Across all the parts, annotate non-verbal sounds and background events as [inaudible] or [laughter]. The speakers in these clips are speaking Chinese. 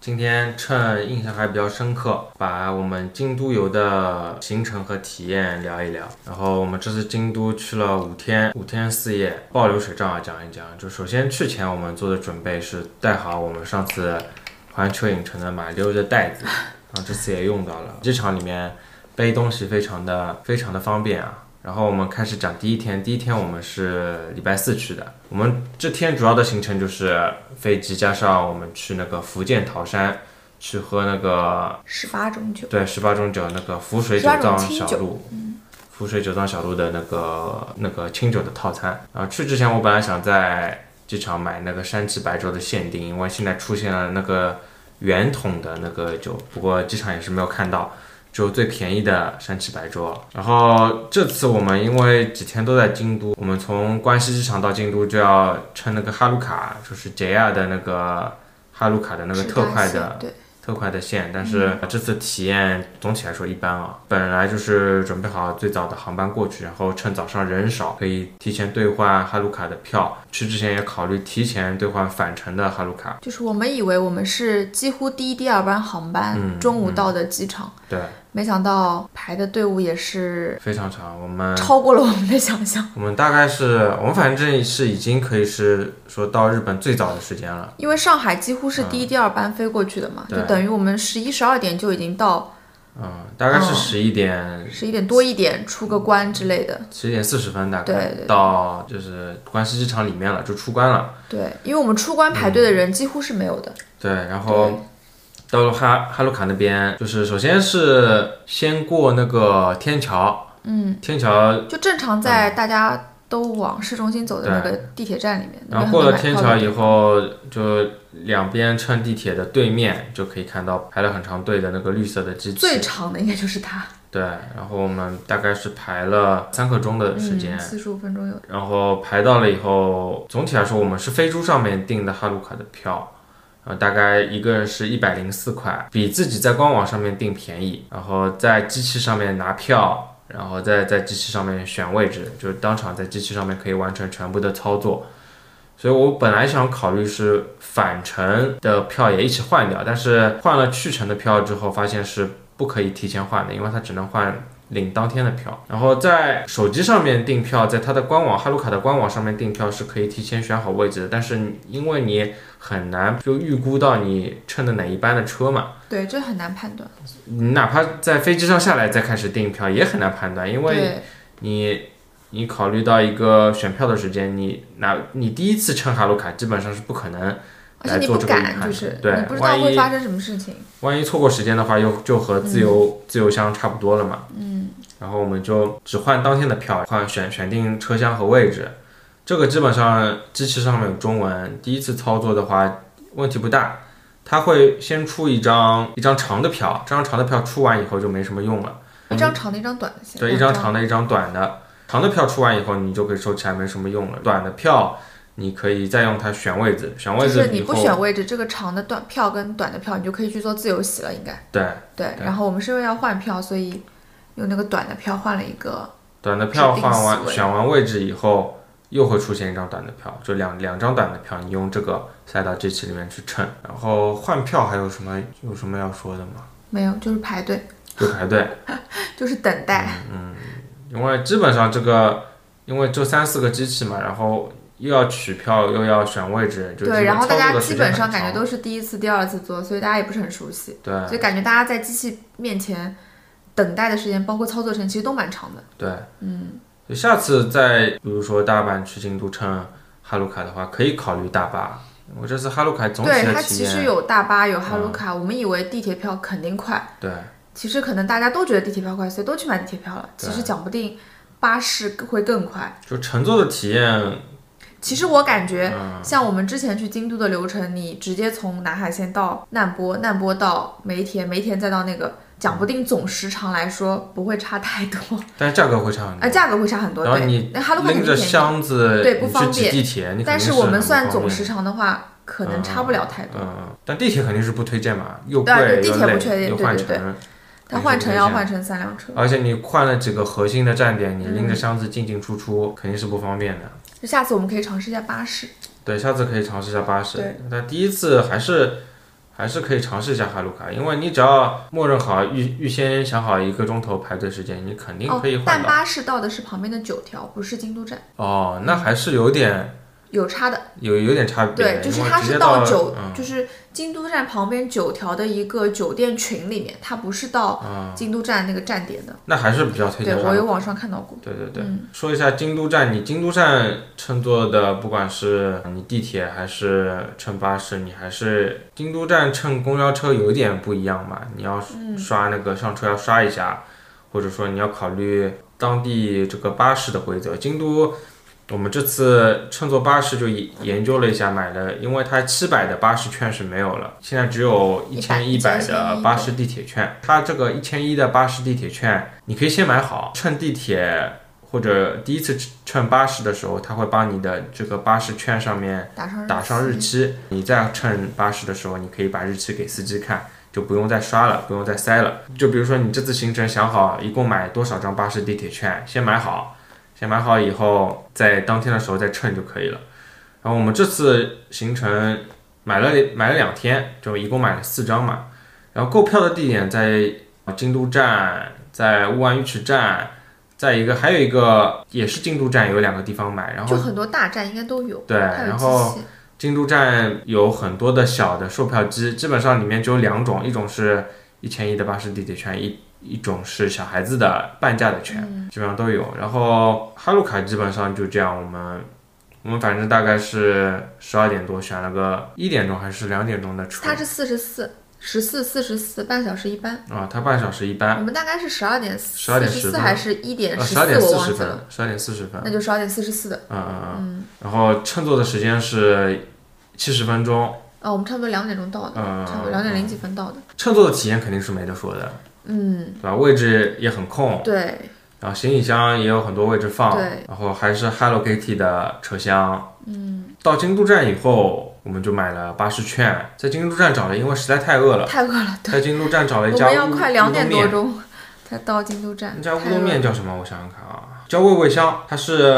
天趁印象还比较深刻，把我们京都游的行程和体验聊一聊。然后我们这次京都去了五天，五天四夜，爆流水账啊讲一讲。就首先去前我们做的准备是带好我们上次环球影城的马溜的袋子，然后啊这次也用到了。机场里面背东西非常的非常的方便啊。然后我们开始讲第一天，第一天我们是礼拜四去的，我们这天主要的行程就是飞机加上我们去那个福建桃山去喝那个十八种酒，对十八种酒那个浮水酒18种藏清小酒路，嗯浮水酒藏小路的那个那个清酒的套餐。然后去之前我本来想在机场买那个山崎白酒的限定，因为现在出现了那个圆桶的那个酒，不过机场也是没有看到。只有最便宜的山崎白粥。然后这次我们因为几天都在京都，我们从关西机场到京都就要乘那个哈鲁卡，就是 JR 的那个哈鲁卡的那个直达特快线的对，特快的线，但是嗯这次体验总体来说一般啊。本来就是准备好最早的航班过去，然后趁早上人少，可以提前兑换哈鲁卡的票。去之前也考虑提前兑换返程的哈鲁卡。就是我们以为我们是几乎第一、第二班航班、嗯中午到的机场，对，没想到排的队伍也是非常长，我们超过了我们的想象。我们大概是我们反正是已经可以是说到日本最早的时间了。因为上海几乎是第一、第二班飞过去的嘛，嗯对就等于我们十一、十二点就已经到嗯，大概是哦十一点十一点多一点出个关之类的。十一点四十分大对概对对到就是关西机场里面了，就出关了。对，因为我们出关排队的人几乎是没有的。对，然后到了哈哈鲁卡那边，就是首先是先过那个天桥，嗯，天桥，就正常在大家都往市中心走的那个地铁站里面，那然边后过很了多买天票桥的以后，就两边乘地铁的对面就可以看到排了很长队的那个绿色的机器，最长的应该就是它，对，然后我们大概是排了三刻钟的时间。嗯，四十五分钟有。然后排到了以后，总体来说我们是飞猪上面订的哈鲁卡的票，呃，大概一个人是一百零四块，比自己在官网上面订便宜。然后在机器上面拿票，然后再在机器上面选位置，就是当场在机器上面可以完成全部的操作。所以我本来想考虑是返程的票也一起换掉，但是换了去程的票之后，发现是不可以提前换的，因为它只能换领当天的票，然后在手机上面订票，在它的官网哈鲁卡的官网上面订票是可以提前选好位置的，但是你因为你很难就预估到你乘的哪一班的车嘛，对，这很难判断。你哪怕在飞机上下来再开始订票也很难判断，因为对，你你考虑到一个选票的时间，你哪你第一次乘哈鲁卡基本上是不可能而且来你做不这个预敢，判就的，是对你，不知道万会一嗯发生什么事情。万一错过时间的话，又就嗯和自由、自由箱差不多了嘛。嗯。然后我们就只换当天的票，换选选定车厢和位置。这个基本上机器上面有中文，第一次操作的话问题不大。它会先出一张一张长的票，这张长的票出完以后就没什么用了。一张长的，一张短的，先对，一两张长的，一张短的。长的票出完以后，你就可以收起来，没什么用了。短的票，你可以再用它选位置，选位就置是你以不后，选位置，这个长的短票跟短的票，你就可以去做自由席了，应该对，对。然后我们是因为要换票，所以用那个短的票换了一个，短的票指定换完思维选完位置以后，又会出现一张短的票，就两两张短的票，你用这个塞到机器里面去称。然后换票还有什么有什么要说的吗？没有，就是排队，就排队，就是等待。嗯因为基本上这个，因为就三四个机器嘛，然后又要取票又要选位置，就对，基本然后操大作家的基时间本很上感觉长都是第一次、第二次做，所以大家也不是很熟悉，对所以感觉大家在机器面前等待的时间，包括操作时间，其实都蛮长的。对，嗯，下次再比如说大阪去京都乘哈鲁卡的话，可以考虑大巴。我这次哈鲁卡总体对，的它体其实验，嗯有大巴，有哈鲁卡，我们以为地铁票肯定快。对其实可能大家都觉得地铁票快，所以都去买地铁票了。其实讲不定巴士会更快。就乘坐的体验其实我感觉，嗯像我们之前去京都的流程，你直接从南海线到难波，难波到梅田，梅田再到那个，讲不定总时长来说不会差太多，但是价格会差很多。啊，价格会差很多。嗯然后对你，那哈鲁卡肯拎定着便宜，箱子，对不你去方挤便地铁，你肯但定是我们很不算方总便时长的话，可能差不了太多。嗯，但地铁肯定是不推荐嘛，又贵对啊对又地铁不推累荐又对换对对乘，它换乘要换乘三辆车，而且你换了几个核心的站点，你拎嗯着箱子进进出出肯定是不方便的。就下次我们可以尝试一下巴士。对，下次可以尝试一下巴士对。但第一次还是还是可以尝试一下哈鲁卡，因为你只要默认好预预先想好一个钟头排队时间，你肯定可以哦，但换到。巴士到的是旁边的九条，不是京都站，哦，那还是有点有差的。有有点差别，对，就是因为它直是接到九，嗯就是京都站旁边九条的一个酒店群里面，它不是到嗯，京都站那个站点的。那还是比较推对荐哈我鲁有卡。网上看到过。对对对，嗯说一下京都站，你京都站乘坐的，不管是你地铁还是乘巴士，你还是京都站乘公交车有一点不一样嘛，你要嗯刷那个上车要刷一下，或者说你要考虑当地这个巴士的规则。京都，我们这次乘坐巴士就研研究了一下，买了，因为它七百的巴士券是没有了，现在只有一千一百的巴士地铁券。它这个一千一的巴士地铁券，你可以先买好，乘地铁。或者第一次乘巴士的时候，它会帮你的这个巴士券上面打上打上日期期，你再乘巴士的时候，你可以把日期给司机看，就不用再刷了，不用再塞了。就比如说你这次行程想好一共买多少张巴士地铁券，先买好，先买好以后，在当天的时候再乘就可以了。然后我们这次行程买了买了两天，就一共买了四张嘛。然后购票的地点在京都站，在乌丸御池站，在一个还有一个也是京都站有两个地方买，然后就很多大站应该都有，对它有然机后器京都站有很多的小的售票机，基本上里面只有两种，一种是一千一的巴士地铁券，一一种是小孩子的半价的券，嗯基本上都有。然后哈鲁卡基本上就这样，我们我们反正大概是十二点多选了个一点钟还是两点钟的车它是四十四、十四、四十四，半小时一班。啊，它半小时一班，我们大概是十二点四12点十10四分还是一点呃十十二点我四忘十记分了，，十二点四十分，那就十二点四十四的。嗯嗯嗯，然后乘坐的时间是七十分钟，哦，我们差不多两点钟到的，嗯差不多两点零几分到的。乘坐的体验肯定是没得说的，嗯，对吧？位置也很空。对，然后行李箱也有很多位置放，对然后还是 Hello Kitty 的车厢，嗯，到京都站以后，我们就买了巴士券，在京都站找了，因为实在太饿了，太饿了，在京都站找我了一们啊呃家乌要快两点乌多冬面钟才到京都站。那家乌嗯太冬饿了面叫什么？我想想看啊，叫味味香，它是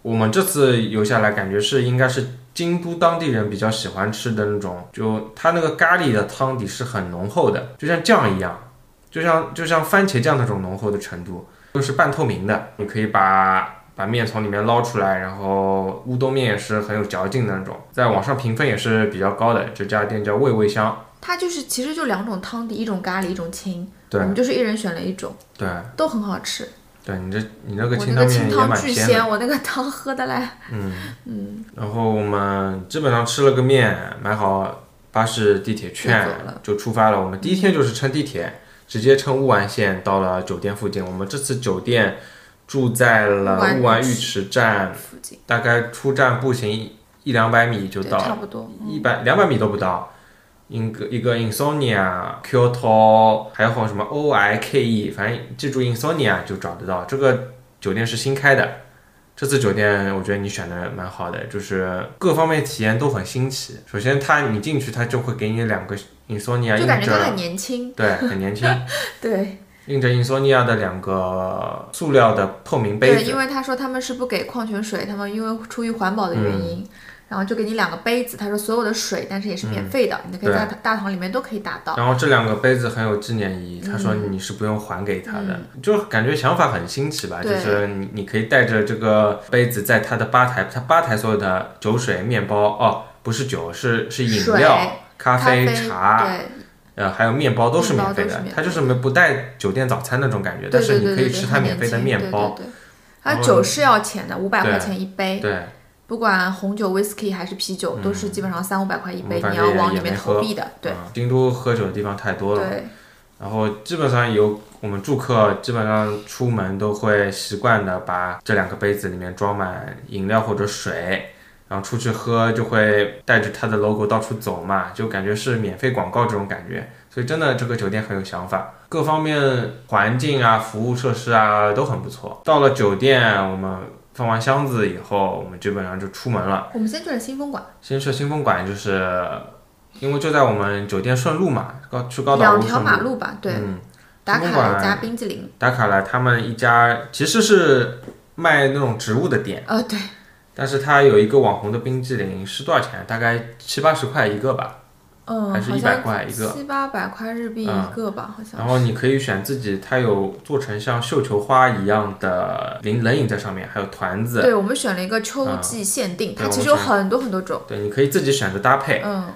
我们这次游下来感觉是应该是京都当地人比较喜欢吃的那种，就它那个咖喱的汤底是很浓厚的，就像酱一样，就像就像番茄酱那种浓厚的程度，就是半透明的，你可以把把面从里面捞出来，然后乌冬面也是很有嚼劲的那种，在网上评分也是比较高的，这家店叫味味香，它就是其实就两种汤底，一种咖喱，一种清。对我们就是一人选了一种，对。都很好吃。对你这你那个我清那汤个面清也汤蛮巨鲜的，鲜，我那个汤喝的来。然后我们基本上吃了个面，买好巴士地铁券就走了就出发了。我们第一天就是乘地铁，直接乘乌丸线到了酒店附近。我们这次酒店住在了乌丸乌丸御池站附近，大概出站步行一一两百米就对，到了差不多。一百两百米都不到。一个一个 insomnia Kyoto，还有什么 O I K E，反正记住 insomnia 就找得到。这个酒店是新开的，这次酒店我觉得你选的蛮好的，就是各方面体验都很新奇。首先它你进去，它就会给你两个 insomnia 就感印觉他着，很 [laughs] 年轻。对，很年 [laughs] 轻，对印着 insomnia 的两个塑料的透明杯对，子因，为他说他们是不给矿泉水，他们因为出于环保的原因，嗯然后就给你两个杯子，他说所有的水，但是也是嗯免费的，你可以在大堂里面都可以打到。然后这两个杯子很有纪念意义，他说嗯你是不用还给他的，就感觉想法很新奇吧，就对是你你可以带着这个杯子在他的吧台，他吧台所有的酒水、面包哦，不是酒，是是饮水料、咖咖啡、啡茶，对呃，还有面包都是面包免费都是的免，费他就是没不带酒店早餐那种感觉，对但是对你对可以对，吃对他很免费的年轻面包，对对对。还然有后酒是要钱的，五百对块钱一杯，对不管红酒、whisky 还是啤酒，都是基本上三五百块一杯，嗯你要往反里正也面没喝投币的。对嗯京都喝酒的地方太多了，对，然后基本上有我们住客基本上出门都会习惯的把这两个杯子里面装满饮料或者水，然后出去喝就会带着它的 logo 到处走嘛，就感觉是免费广告这种感觉。所以真的这个酒店很有想法，各方面环境啊、服务设施啊都很不错。到了酒店，我们放完箱子以后，我们基本上就出门了。我们先去了新风馆，先去新风馆，就是因为就在我们酒店顺路嘛，高去高岛两屋条顺马路。路吧，对，嗯，打新卡风馆了加冰激凌，打卡了他们一家其实是卖那种植物的店，呃，对，但是它有一个网红的冰激凌是多少钱？大概七八十块一个吧。嗯，还是一百块一个，嗯七八百块日币一个吧，好像。然后你可以选自己，它有做成像绣球花一样的冷冷饮在上面，还有团子。嗯对，我们选了一个秋季限定，它其实有很多很多种。对，你可以自己选择搭配。嗯。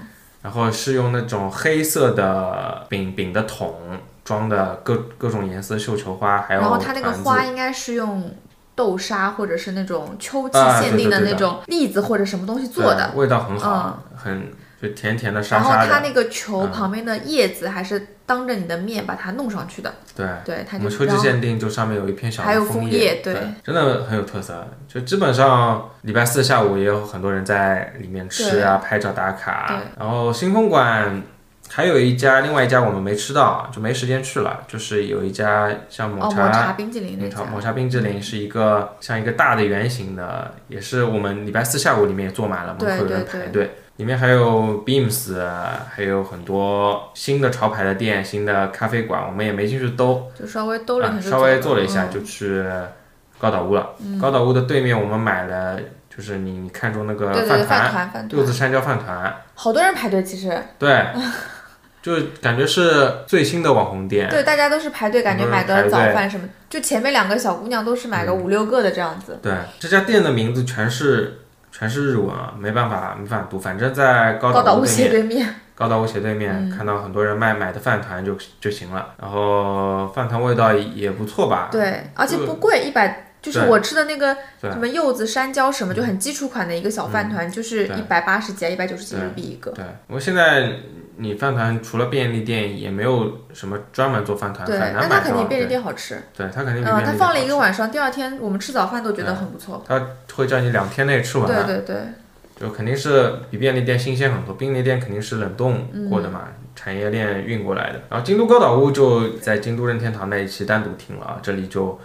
然后是用那种黑色的饼饼的桶装的各各种颜色绣球花，还有然后它那个花团子应该是用豆沙或者是那种秋季啊对限定对对那的种栗子或者什么东西做的。嗯对味道很好，很就甜甜的、沙然后沙的。它嗯那个球旁边的叶子还是当着你的面把它弄上去的，对，对，它我就们秋季然后限定就上面有一片小还的有枫枫叶叶，对真的很有特色。啊就基本上礼拜四下午也有很多人在里面吃啊、拍照打卡。然后星空馆还有一家，另外一家我们没吃到，啊就没时间去了。就是有一家像抹哦茶。抹茶冰激凌那抹茶家，嗯抹茶冰激凌是一个像一个大的圆形的，也是我们礼拜四下午里面也坐满了，门口有人对对排队。里面还有 Beams，还啊有很多新的潮牌的店、新的咖啡馆，我们也没进去兜，就稍微兜了一啊下就稍微走坐了一下嗯就去高岛屋了。高岛屋的对面我们买了，就是你你看中那个对对对，呃饭团，饭团饭柚团，子山椒饭团，好多人排队其实， [laughs] 对，就感觉是最新的网红店。对，大家都是排队，感觉买很个多早人排队嗯饭什么，就前面两个小姑娘都是买个五六个的这样子，对，这家店的名字全是全是日文啊，没办法没办法读，反正在高高岛岛屋屋对面，斜对嗯面，高岛屋斜对面、看到很多人卖买的饭团就就行了，然后饭团味道也不错吧？对，而且啊就不贵，一百。就是对我吃的那个对嗯什么柚子山椒什么，就很基础款的一个小饭团，就是对一百八十几啊，一百九十几对日币一个。对，我现在你饭团除了便利店也没有什么专门做饭团，对，很难那它买肯到。定便利对，店好吃。对，它肯定比便嗯，利他店放了一好个晚上，第二天我们吃早饭都觉得很不错。吃会叫你两天内吃完，对对对，就肯定是比便利店新鲜很多，便利店肯定是冷冻嗯过的嘛，产业链运过来的。然后京都高岛屋就在京都任天堂那一期单独听了啊，这里就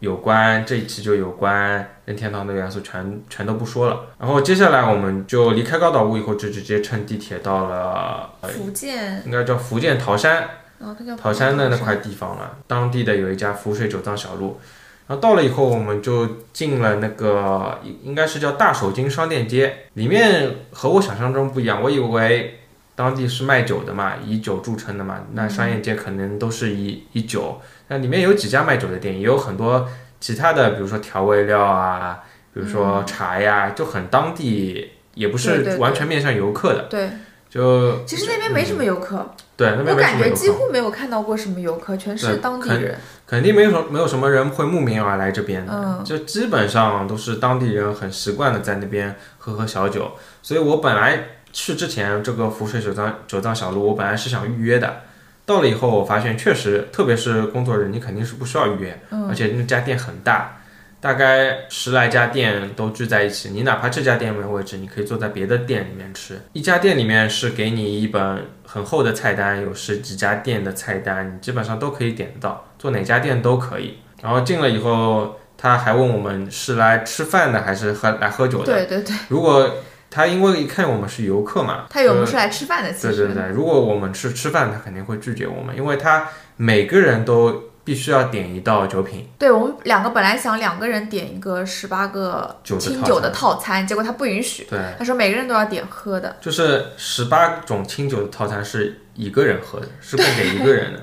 有关这一期就有关任天堂的元素全全都不说了。然后接下来我们就离开高岛屋以后，就直接乘地铁到了呃福建，应该叫福建桃山。然后它叫桃山的那块地方了，当地的有一家浮水九藏小路。然后到了以后，我们就进了那个应应该是叫大手巾商店街，里面和我想象中不一样。我以为当地是卖酒的嘛，以酒著称的嘛，嗯那商业街可能都是以以酒。那里面有几家卖酒的店，也有很多其他的，比如说调味料啊，比如说茶呀，就很当地，也不嗯对是对对完全面向游客的。对，就其实那边没什么游客，对嗯那边我没什感么游觉客。几乎没有看到过什么游客，全是对当地肯人。肯定没有什没有什么人会慕名而来这边的，嗯就基本上都是当地人很习惯的在那边喝喝小酒。所以我本来去之前，这个浮水九藏九藏小路，我本来是想预约的。到了以后，我发现确实，特别是工作日，你肯定是不需要预约，嗯而且那家店很大，大概十来家店都聚在一起。你哪怕这家店没有位置，你可以坐在别的店里面吃。一家店里面是给你一本很厚的菜单，有十几家店的菜单，你基本上都可以点得到，做哪家店都可以。然后进了以后，他还问我们是来吃饭的还是喝来喝酒的。对对对，如果他因为一看我们是游客嘛，他以为我们啊就是来吃饭的，其对对实。对，如果我们是吃饭，他肯定会拒绝我们，因为他每个人都必须要点一道酒品，对我们两个本来想两个人点一个十八个酒的清套酒的套餐，结果他不允许，对，他说每个人都要点喝的。就是十八种清酒的套餐是一个人喝的，是供给一个人 [laughs] 的。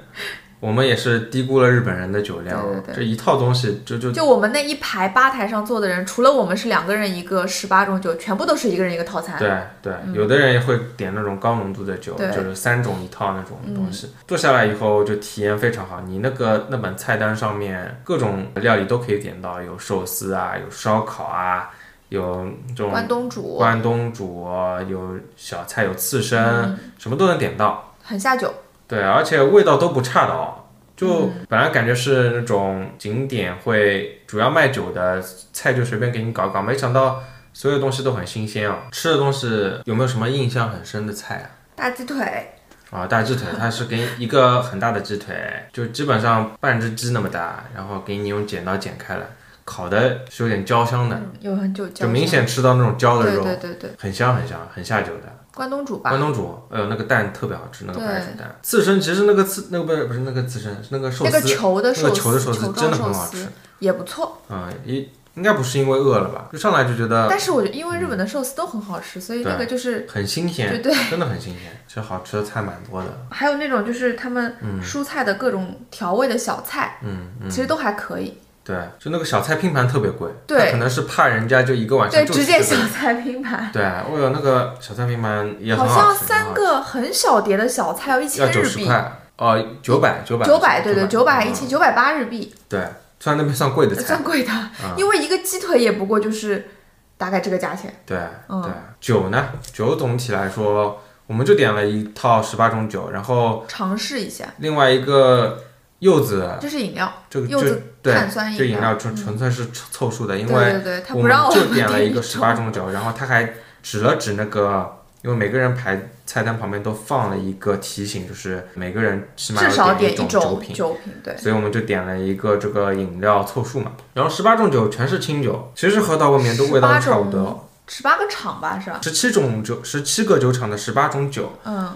我们也是低估了日本人的酒量，对对对这一套东西就就就我们那一排吧台上坐的人，除了我们是两个人一个十八种酒，全部都是一个人一个套餐。对对，有的人也会点那种高浓度的酒，嗯对嗯就是三种一套那种东西。做下来以后就体验非常好，你那个那本菜单上面各种料理都可以点到，有寿司啊，有烧烤啊，有这种关东煮关东煮，啊有小菜，有刺身，嗯什么都能点到。很下酒，对，而且味道都不差的哦。就嗯本来感觉是那种景点会主要卖酒的菜，就随便给你搞搞，没想到所有东西都很新鲜啊、吃的东西有没有什么印象很深的菜啊？大鸡腿。啊，大鸡腿，它是给你一个很大的鸡腿，就基本上半只鸡那么大，然后给你用剪刀剪开来，烤的是有点焦香的，嗯，有很久就明显吃到那种焦的对肉，对对对，很香很香，很下酒的。关东煮吧，关东煮，哎呦，那个蛋特别好吃，那个对白薯蛋。刺身其实那个刺，那个不是不是那个刺身，是那个寿那司，个球的那寿个司，球的寿司球真状的很寿好吃司也不错。啊、一应该不是因为饿了吧？就上来就觉得但是我觉得，因为日本的寿司都很好吃，所以那个就是很新鲜，对对真的很新鲜。其实好吃的菜蛮多的，还有那种就是他们蔬菜的各种调味的小菜，嗯嗯，其实都还可以。对，就那个小菜拼盘特别贵，对他可能是怕人家就一个晚上对，啊就直吃这接个小菜拼盘，对，我有那个小菜拼盘也很好像吃三个很小碟的小菜要一要千九日十币，块，哦，九百九百嗯九百对对，九百一起千九百八日币，对，算那边算贵的 [laughs] 菜，算贵的，嗯因为一个鸡腿也不过就是大概这个价钱。对嗯对。酒呢，酒总体来说，我们就点了一套十八种酒，然后尝试一下，另外一个柚子，这是饮料，这个柚就子对碳酸饮就饮料嗯料纯纯粹是凑数的，因为对对对，他我不让我就们点了一个种十八种酒，然后他还指了指那个，因为每个人牌菜单旁边都放了一个提醒，就是每个人起码至要少点点一种酒种品。酒品，对，所以我们就点了一个这个饮料凑数嘛，然后十八种酒全是清酒，其实喝到外面都味道都18差不种多。十八个厂吧，是吧？十七种酒，十七个酒厂的十八种酒，嗯，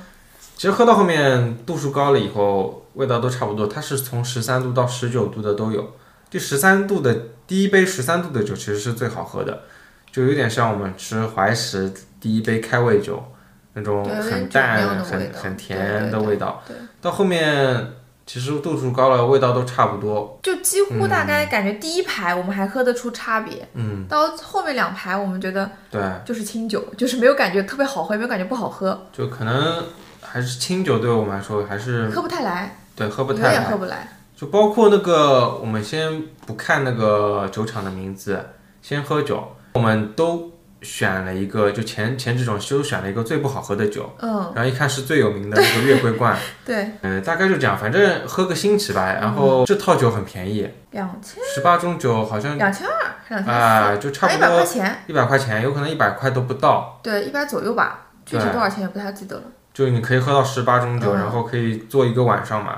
其实喝到后面度数高了以后，味道都差不多。它是从十三度到十九度的都有。第十三度的第一杯十三度的酒其实是最好喝的，就有点像我们吃怀石第一杯开胃酒那种对有点很酒酿淡、的味很道很对甜对的味道。对到后面其实度数高了，味道都差不多。就几乎大概感觉第一排我们还喝得出差别，嗯，到后面两排我们觉得对，就是清酒，就是没有感觉特别好喝，也没有感觉不好喝，就可能还是清酒对我们来说还是喝不太来，对喝不有太点来。喝不来。就包括那个，我们先不看那个酒厂的名字，先喝酒，我们都选了一个，就前前几种都选了一个最不好喝的酒，嗯，然后一看是最有名 [laughs] 的那个月桂冠，对，嗯嗯、大概就这样，反正喝个新奇吧。然后这套酒很便宜，两千十八种酒好像啊、啊两千二还是两哎千四，就差不一百块多钱，一百块钱，有可能一百块都不到，对，一百左右吧，具体对多少钱也不太记得了。就你可以喝到十八种酒，嗯然后可以做一个晚上嘛，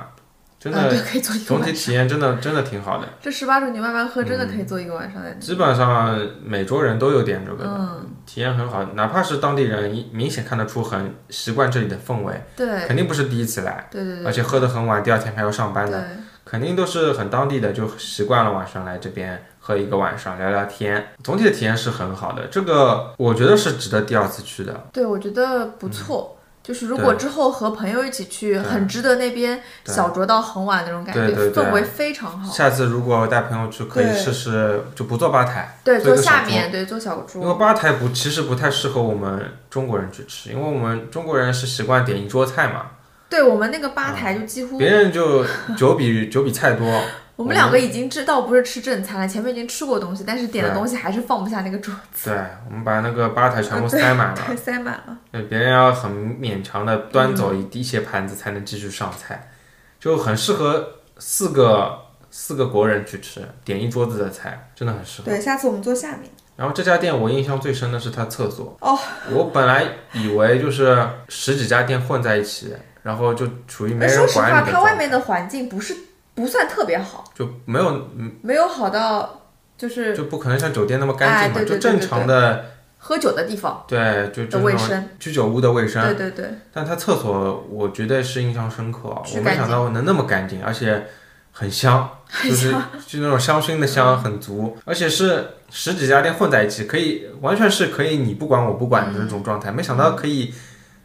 真嗯、的对，可以做一个总晚嗯体体验真的真的挺好的。这十八种你慢慢喝，真的可以做一个晚上在那。基本上每桌人都有嗯点这个的，嗯，体验很好，哪怕是当地人，一明显看得出很习惯这里的氛围，对，肯定不是第一次来，对对对，而且喝得很晚，第二天还要上班的，对，肯定都是很当地的，就习惯了晚上来这边喝一个晚上聊聊天，总体的体验是很好的，这个我觉得是值得第二次去的，对我觉得不错。就是如果之后和朋友一起去，嗯对很值得那边对小酌到很晚那种感觉，对对对氛围非常好。下次如果带朋友去可以对试试，就不坐吧台，对，做坐一个小下桌面，对，坐小因桌。为吧台不其实不太适合我们中国人去吃，因为我们中国人是习惯点一桌菜嘛，对我们那个嗯吧台就几乎，别人就酒比酒比菜多。我们两个已经知道不是吃正餐了，前面已经吃过东西，但是点的东西还是放不下那个桌，对，我们把那个吧台全部塞满 [laughs] 了，对，塞满了。对别人要很勉强的端走嗯一一些盘子才能继续上菜，就很适合四个四个国人去吃，点一桌子的菜，真的很适合。对，下次我们坐下面。然后这家店我印象最深的是它厕所，哦，我本来以为就是十几家店混在一起，然后就处于没人呃说实话，管理的它状外态，面的环境不是不算特别好，就没有没有好到就是就不可能像酒店那么干净嘛，哎就对对正常的喝酒的地方。对就就的卫那种生居酒屋的卫生，对对对，但它厕所我觉得是印象深刻啊，巨我没干净想到能那么干净，而且很香， [laughs] 很就是就那种香薰的香很足，而且是十几家店混在一起，可以完全是可以你不管我不管的那种状态。没想到可以，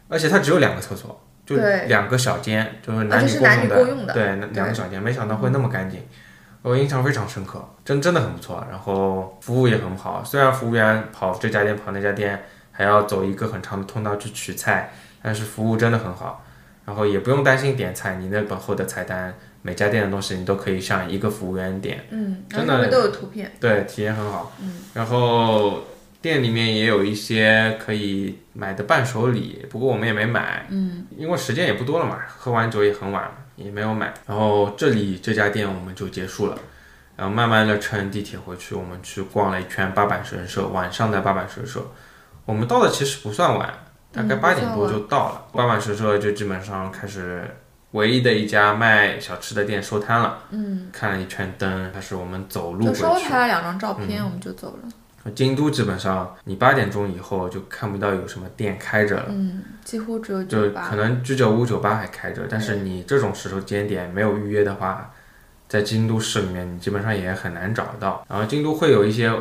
而且它只有两个厕所，就嗯对两个小间，就是而男女且哦是共男女用共用的对，那两个小间，没想到会那么干净。我印象非常深刻，真真的很不错，然后服务也很好。虽然服务员跑这家店跑那家店，还要走一个很长的通道去取菜，但是服务真的很好，然后也不用担心点菜，你那本厚的菜单，每家店的东西你都可以向一个服务员点，嗯，真然后的上面都有图片，嗯对，体验很好。然后店里面也有一些可以买的伴手礼，不过我们也没买，嗯，因为时间也不多了嘛，喝完酒也很晚了，也没有买。然后这里这家店我们就结束了。然后慢慢的乘地铁回去，我们去逛了一圈八坂神社，晚上的八坂神社，我们到的其实不算晚，大概嗯八不点算多就到了。八坂神社就基本上开始唯一的一家卖小吃的店收摊了。嗯，看了一圈灯，开始我们走路就回去。嗯稍微拍了两张照片，我们就走了。京都基本上你八点钟以后就看不到有什么店开着了，嗯，几乎只有就酒吧可。能居酒屋、酒吧还开着，但是你这种时候间点没有预约的话，在京都市里面你基本上也很难找到。然后京都会有一些，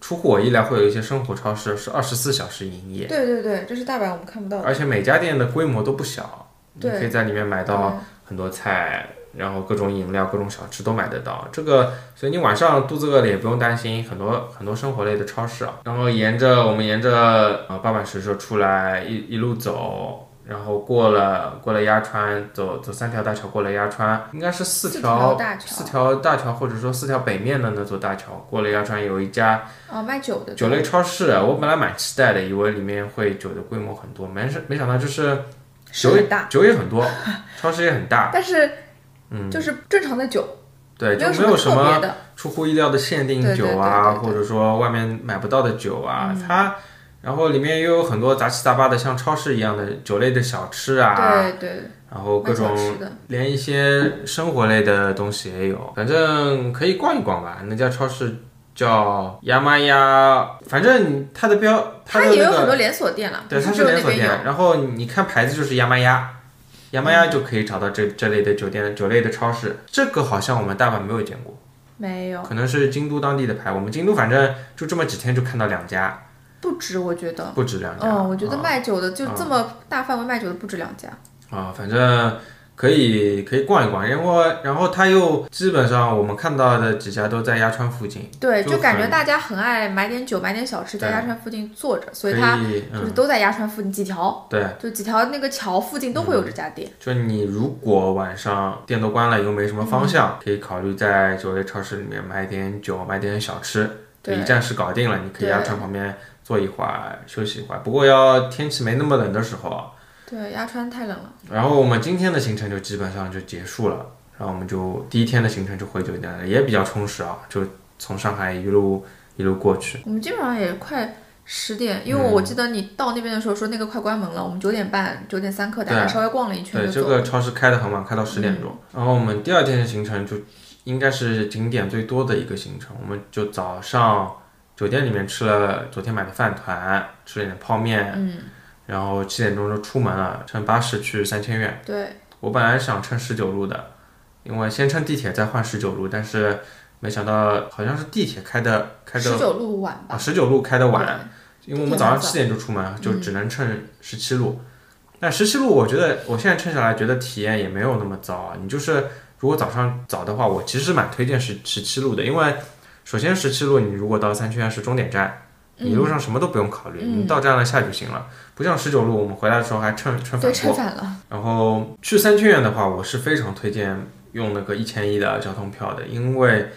出乎我意料，会有一些生活超市是二十四小时营业，对对对，这是大阪我们看不到的。而且每家店的规模都不小，你对可以在里面买到嗯很多菜，然后各种饮料、各种小吃都买得到。这个，所以你晚上肚子饿了也不用担心，很多很多生活类的超市啊。然后沿着我们沿着呃八坂神社出来一一路走，然后过了过了鸭川，走走三条大桥，过了鸭川，应该是四四条条大桥四条大桥或者说四条北面的那座大桥。过了鸭川有一家哦，卖酒的酒类超市，啊我本来蛮期待的，以为里面会酒的规模很多，没想没想到就是是酒也很大，酒也很多， [laughs] 超市也很 [laughs] 大。但是就是正常的酒，嗯对，就有没有什特么别的。出乎意料的限定酒啊，对对对对对嗯或者说外面买不到的酒啊，它然后里面又有很多杂七杂八的像超市一样的酒类的小吃啊，对对，然后各蛮好种吃的。连一些生活类的东西也有，反正可以逛一逛吧。那家超市叫亚麻亚，反正它的标，它它的也那有很个多连锁店了，对，不它是只是有连那锁边有。嗯店，啊然后你看牌子就是亚麻鸭。亚麻鸭就可以找到这这类的酒店、酒类的超市，这个好像我们大阪没有见过。没有，可能是京都当地的牌。我们京都反正就这么几天就看到两家，不止，我觉得。不止两家。嗯，我觉得啊卖酒的就这么大范围卖酒的不止两家。啊，反正可以可以逛一逛。然后然后它又基本上我们看到的几家都在鸭川附近，对，嗯就就感觉很大家很爱买点酒，买点小吃，在对鸭川附近坐着，所可以它哦以就是嗯都在鸭川附近几条，对，嗯就几条那个桥附近都会有这家店。就你如果晚上店都关了又没什么方嗯向，可以考虑在酒类超市里面买点酒，买点小吃，就对一站式搞定了。你可以对鸭川旁边坐一会儿休息一会儿，不过要天气没那么冷的时候啊。对，鸭川太冷了。然后我们今天的行程就基本上就结束了，然后我们就第一天的行程就回酒店了，也比较充实啊，就从上海一路一路过去。我们基本上也快十点，因为我记嗯得你到那边的时候说那个快关门了，我们九点半、九点三刻大概对稍微逛了一嗯圈对，就这走。个超市开的很晚，开到十点钟。然后我们第二天的行程就应该是景点最多的一个行程，我们就早上酒店里面吃了昨天买的饭团，吃了点泡面，嗯，然后七点钟就出门了，乘巴士去三千院。对，我本来想乘十九路的，因为先乘地铁再换十九路，但是没想到好像是地铁开的开十的九路晚吧啊，十九路开的晚，对因为我们早上七点就出门，就只能乘十七路。但十七路我觉得我现在乘下来觉得体验也没有那么糟啊。你就是如果早上早的话，我其实蛮推荐十十七路的，因为首先十七路你如果到三圈是终点站。你路上什么都不用考虑，嗯你到站了下就行了。不像十九路，我们回来的时候还乘乘反驳对，吃，反了。然后去三千院的话，我是非常推荐用那个一千一的交通票的，因为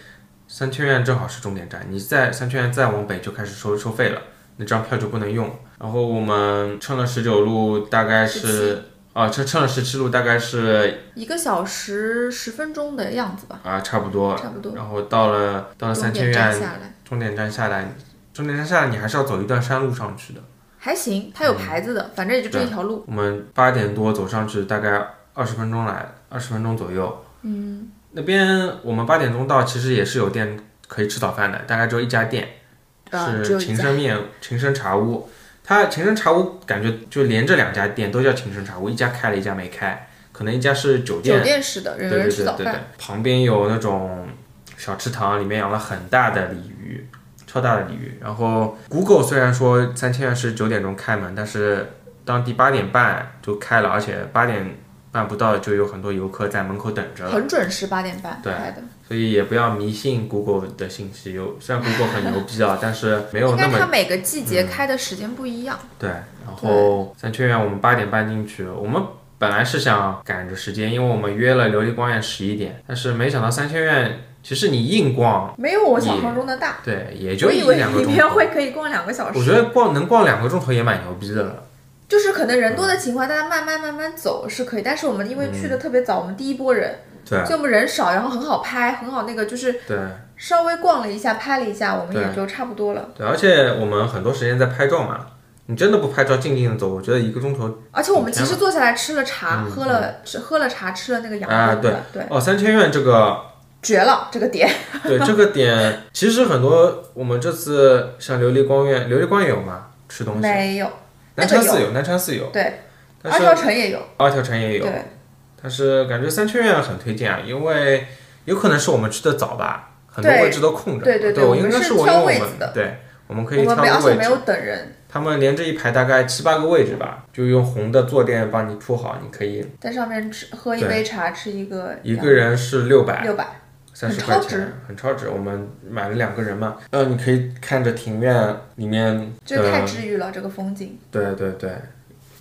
三千院正好是终点站，你在三千院再往北就开始收收费了，那张票就不能用。然后我们乘了十九路，大概是啊，乘乘了十七路，大概是一个小时十分钟的样子吧，啊差不多。差不多。然后到了到了终三千点站院下来终点站下来，终点站下来你还是要走一段山路上去的。还行，嗯它有牌子的，反正也就这一条路。我们八点多走上去，大概二十分钟来，二十分钟左右。嗯，那边我们八点钟到，其实也是有店可以吃早饭的，大概只有一家店，啊只是有一秦家升面秦升茶屋。它秦升茶屋感觉就连着两家店都叫秦升茶屋，一家开了一家没开，可能一家是酒店酒店式的，人对人对吃对早对对饭。，旁边有那种小池塘，里面养了很大的鲤鱼，超大的鲤鱼。然后 Google 虽然说三千院是九点钟开门，但是当地八点半就开了，而且八点半不到就有很多游客在门口等着了。很准时，八点半对开的。所以也不要迷信 Google 的信息，有虽然 Google 很牛逼啊，但是没有应那该么嗯它每个季节开的时间不一样。对，然后三圈院我们八点半进去，我们本来是想赶着时间，因为我们约了琉璃光院十一点，但是没想到三圈院其实你硬逛，没有我想象中的大，对，嗯也我就一以为两个里钟面头。会可以逛两个小时。我觉得逛能逛两个钟头也蛮牛逼的了。就是可能人多的嗯情况，大家慢慢慢慢走是可以，但是我们因为去的特别早，我们第一波人，对所以我们人少，然后很好拍，很好那个，就是对稍微逛了一下，拍了一下，我们对也就差不多了。对，而且我们很多时间在拍照嘛，你真的不拍照静静的走，我觉得一个钟头而且我们挺其天嗯实坐下来吃了茶，喝了吃喝了茶，吃了那个羊啊肉的，对，哦，三千院这个绝了这个点。对 [laughs] 这个点，其实很多我们这次像琉璃光院，琉璃光院有吗？吃东西，没有，那南个昌寺有，南昌寺有，对，但二是条城也有，二条城也有，对，但是感觉三圈院很推荐啊，因为有可能是我们去的早吧，很多对位置都空着。对对对对，我我们应该是我因挑为我位们子的对，我们可以我挑们没而个且位没置。有等人，他们连着一排大概七八个位置吧，就用红的坐垫帮你铺好，你可以在上面吃喝一对杯茶，吃一个一个人是六百，六百，三十很块超值钱，很超值。我们买了两个人嘛，呃，你可以看着庭院里面这的太治愈了，这个风景。对对对，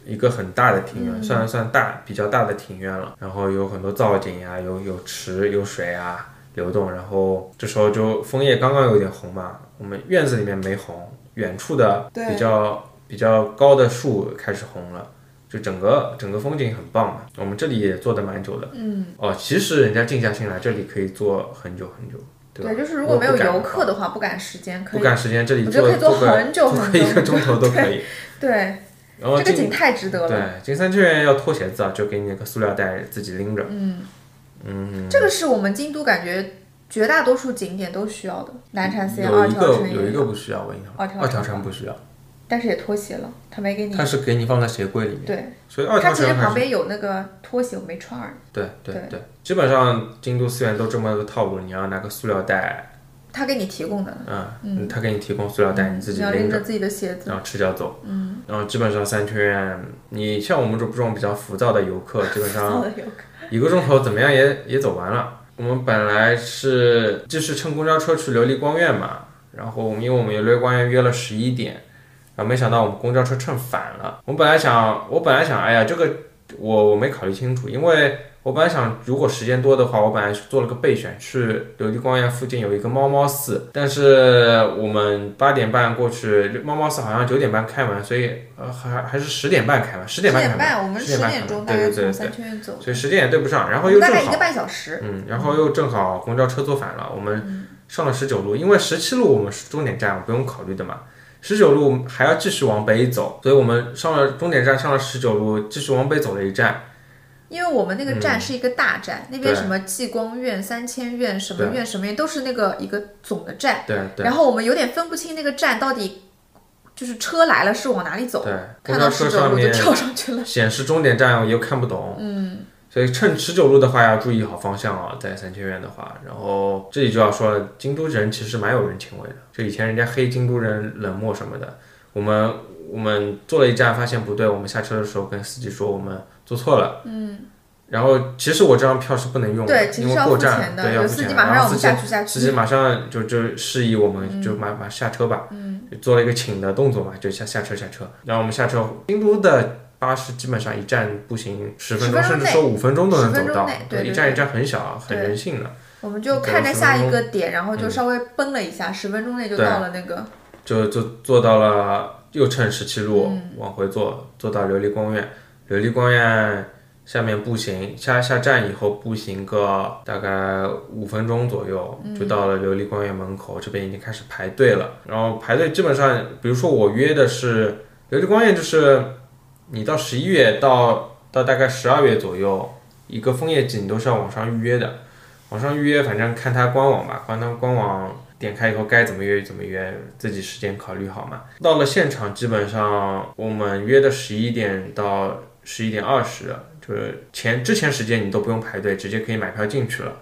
一个很大的庭院，嗯算算大比较大的庭院了。然后有很多造景啊，有有池有水啊流动。然后这时候就枫叶刚刚有点红嘛，我们院子里面没红，远处的对比较比较高的树开始红了。就整个整个风景很棒嘛，我们这里也坐的蛮久的。嗯，哦，其实人家静下心来，这里可以坐很久很久，对吧？对，就是如果没有不赶游客的话，不赶时间可不以。赶时间，这里我觉得坐可以坐个很久坐很个一久个钟头都可以。对，然后这个进景太值得了。对，金三剧院要脱鞋子啊，就给你那个塑料袋自己拎着。嗯嗯这个是我们京都感觉绝大多数景点都需要的，南禅寺、有二一条个城有一也，个不需要，我印象二条城二条城不需要，但是也脱鞋了，他没给你它。是给你放在鞋柜里面，对，所以二他条其实城旁还是边有那个拖鞋，我没穿而已。对对对对，基本上京都寺院都这么个套路，你要拿个塑料袋，他给你提供的，嗯嗯，他给你提供塑料袋，你自己你要拎拎着。着自己的鞋子。然后吃掉走，嗯，然后基本上三圈院，你像我们这种比较浮躁的游客， [laughs] 基本上好的游客一个钟头怎么样也也走完了。我们本来是就是乘公交车去琉璃光院嘛，然后我们因为我们琉璃光院约了十一点，然后没想到我们公交车乘反了。我本来想，我本来想，哎呀，这个我我没考虑清楚，因为我本来想，如果时间多的话，我本来做了个备选，去琉璃光院附近有一个猫猫寺，但是我们八点半过去，猫猫寺好像九点半开门，所以呃还还是十点半开门，十十点半开点门，我们10十点半点开钟门大对概对对对从三圈院走，所以时间也对不上，然后我又们大正概一好个。半小时。嗯嗯，然后又正好公交车坐反了，我们上了十九路，因为十七路我们是终点站，不用考虑的嘛。十九路还要继续往北走，所以我们上了终点站，上了十九路，继续往北走了一站。因为我们那个嗯站是一个大站，那边什么济光院、三千院、什么院、什么院，都是那个一个总的站。对对然后我们有点分不清那个站到底就是车来了是往哪里走，对，公看交到车十九上路就面跳上去了。显示终点站又看不懂，嗯，所以乘十九路的话要注意好方向啊，在三千院的话，然后这里就要说了，京都人其实蛮有人情味的，就以前人家黑京都人冷漠什么的，我们我们坐了一站发现不对，我们下车的时候跟司机说我们坐错了，嗯。然后其实我这张票是不能用的对，，其因为实是要过付站钱对的，要有付司钱，机马上然让后我司机们下去下司去。嗯机马上就就示意我们就马马下车吧，嗯，做了一个请的动作嘛，就下下车下车，然后我们下车，京都的巴士基本上一站步行十分钟， 10分钟甚至说五分钟都能走10分钟到内，对对一站一站很小，很对人性的，我们就看着下一个点，然后就稍微奔了一下，十分钟内就嗯对到了那个。就就坐到了又乘十七路、往回坐，坐到琉璃光院，琉璃光院下面步行下下站以后步行个大概五分钟左右，就到了琉璃光院门口，这边已经开始排队了。然后排队基本上，比如说我约的是琉璃光院，就是你到十一月到到大概十二月左右，一个枫叶季你都是要网上预约的。网上预约，反正看它官网吧，官它官网点开以后该怎么约就怎么约，自己时间考虑好嘛。到了现场，基本上我们约的十一点到十一点二十，就是前之前时间你都不用排队，直接可以买票进去了。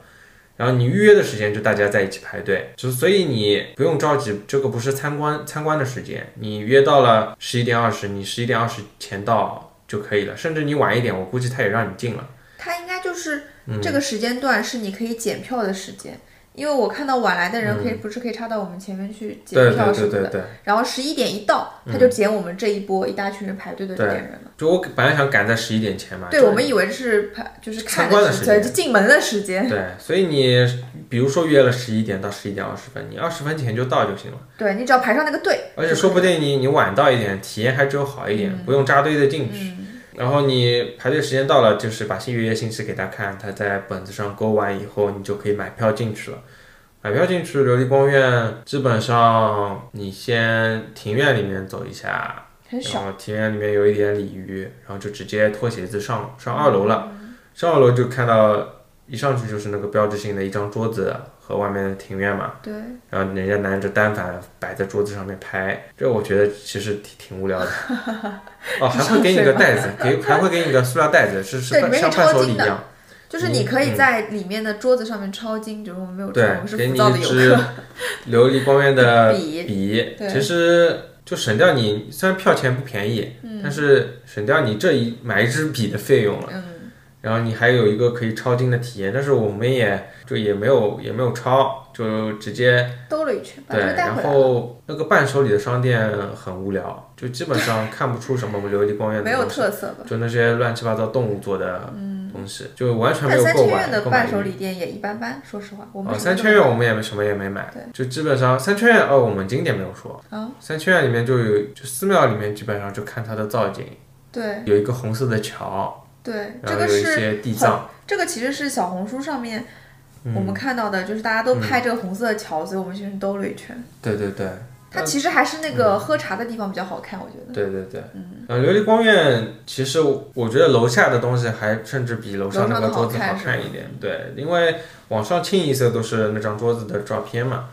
然后你预约的时间就大家在一起排队，就所以你不用着急，这个不是参观参观的时间，你约到了十一点二十，你十一点二十前到就可以了，甚至你晚一点，我估计他也让你进了。它应该就是嗯这个时间段是你可以检票的时间，因为我看到晚来的人可以、不是可以插到我们前面去检嗯对票对什么对的，对对。嗯然后十一点一到，他就捡我们这一波一大群人排队的这对点人了。就我本来想赶在十一点前嘛，对就我们以为是排就是参看观的时时间对就进门的时间。对，所以你比如说约了十一点到十一点二十分，你二十分前就到就行了。对你只要排上那个队，而且说不定你你晚到一点，体验还只有好一点，嗯不用扎堆的进去。然后你排队时间到了，就是把预约信息给他看，他在本子上勾完以后，你就可以买票进去了。买票进去琉璃光院，基本上你先庭院里面走一下，很小。然后庭院里面有一点鲤鱼，然后就直接脱鞋子上上二楼了。嗯上二楼就看到一上去就是那个标志性的一张桌子和外面的庭院嘛，对，然后人家拿着单反摆在桌子上面拍，这我觉得其实挺挺无聊 [laughs] 的。哦，还会给你个袋子，给还会给你个塑料袋子，是是对伴里面像是伴抄手经礼一样。就就是你可以在里面的桌子上面抄经，就是我们没有抄，嗯对我们是给浮你躁的一游支客。 [laughs] 琉璃光院的 [laughs] 笔笔对其实就省掉你虽然票钱不便宜，嗯但是省掉你这一买一支笔的费用了。嗯，然后你还有一个可以抄经的体验，但是我们也就也没有也没有抄，就直接兜了一圈，把哎对，这个带然回来。后那个伴手礼的商店很无聊，就基本 [laughs] 上看不出什么琉璃光院的没有东西特色吧？就那些乱七八糟动物做的东西，就完全没但有哎三购千买院的购买伴欲手礼店也一般般，说实话，我哦，们什么三都圈没院我们也没什么也没买，就基本上三圈院哦，我们景点没有说，啊三圈院里面就有，就寺庙里面基本上就看它的造景，对有一个红色的桥，对，然这后啊有个一是些地藏，这个其实是小红书上面嗯我们看到的，就是大家都拍这个红色的桥，所以我们其实兜了一圈。对对对它其实还是那嗯个喝茶的地方比较好看，我觉得。嗯对对对，然后琉璃光院其实我觉得楼下的东西还甚至比楼上那个桌子好看一点，对，因为网上清一色都是那张桌子的照片嘛，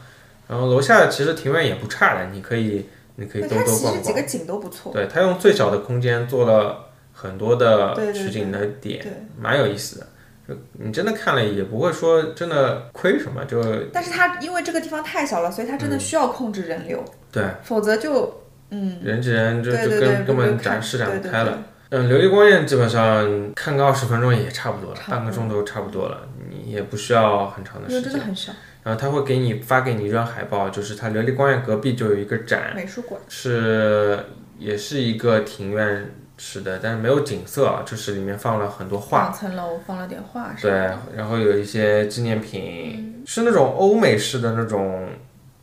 然后楼下其实庭院也不差的，你可以你可以对，兜它兜其逛实逛几。个景都不错。对他用最小的空间做了很多的对对取景的点，对蛮有意思的。就你真的看了也不会说真的亏什么，就但是它因为这个地方太小了，所以它真的需要控制人流，嗯对否则就嗯，人挤人就对就对对，根根不用本看展施展对不对开对了。嗯，琉璃光院基本上看个二十分钟也差不多了，差不多半个钟头差不多了，你也不需要很长的因时为真间的。很小，然后他会给你发给你一张海报，就是他琉璃光院隔壁就有一个展，美术馆是也是一个庭院式的，但是没有景色啊，就是里面放了很多画，两层楼放了点画什对么的，，然后有一些纪念嗯品，是那种欧美式的那种，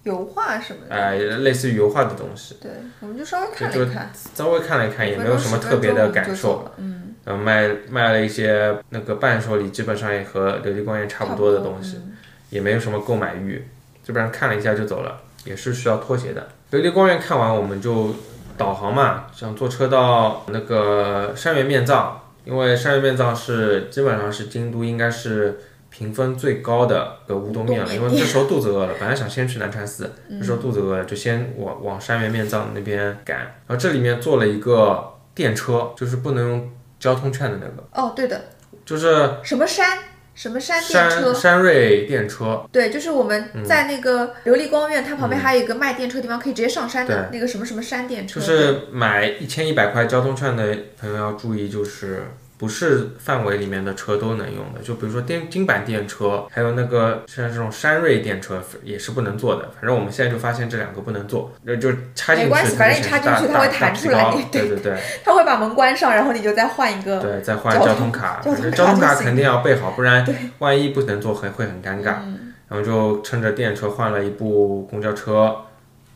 油画什么的。呃，类似于油画的东西。对，我们就稍微就看了就一看，稍微看了一看，也没有什么特别的感受。受。嗯，然后卖卖了一些那个伴手礼，基本上也和琉璃光院差不多的东西，嗯也没有什么购买欲，基本上看了一下就走了，也是需要脱鞋的。琉璃光院看完，我们就导航嘛，想坐车到那个山原面藏，因为山原面藏是基本上是京都应该是评分最高的个乌冬面了，乌冬面因为这时候肚子饿了，本来想先去南禅寺，这时候肚子饿了就先往往山原面藏那边赶，然后这里面坐了一个电车，就是不能用交通券的那个，哦，对的，就是什么山什么山电车山，山瑞电车，对，就是我嗯们在那个琉璃光院，它旁边还有一个卖电车的地方，可以直接上山的那个什么什么山电车。就是买一千一百块交通券的朋友要注意，就是不是范围里面的车都能用的，就比如说电金板电车，还有那个现在这种山瑞电车也是不能坐的。反正我们现在就发现这两个不能坐，就就插进去，没关系它就反正你显插示大进去它大会大弹提出来 [laughs] 高你对对对。它会把门关上，然后你就再换一个。对，再换交交通通 [laughs] 卡，交反正通卡交通就卡行肯定要备好，不然万一不能坐很会很尴尬。嗯然后就趁着电车换了一部公交车，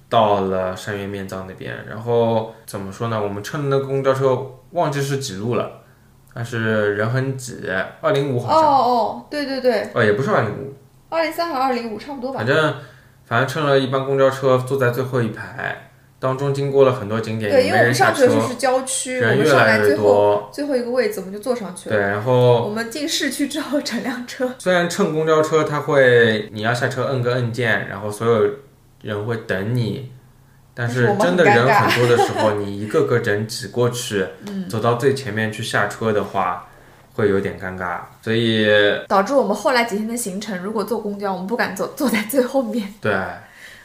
到了山原面藏那边。然后怎么说呢？我们乘的那个公交车忘记是几路了，但是人很挤，二零五哦好像，哦，对对对，哦也不是二零五，二零三和二零五差不多吧。反正反正乘了一班公交车，坐在最后一排，当中经过了很多景点，对，也因没为我人们下上去的时车候，是郊区，我人们越上来来越最后多。哦最后一个位置我们就坐上去了。对，然后我们进市区之后，整辆车虽然乘公交车它会，你要下车摁个按键，然后所有人会等你，但但是是我们真很的尴人尬很多的时候，你一个个人挤过 [laughs] 去，嗯走到最前面去下车的话，会有点尴尬。所以，导致我们后来几天的行程，如果坐公交，我们不敢坐坐在最后面，对啊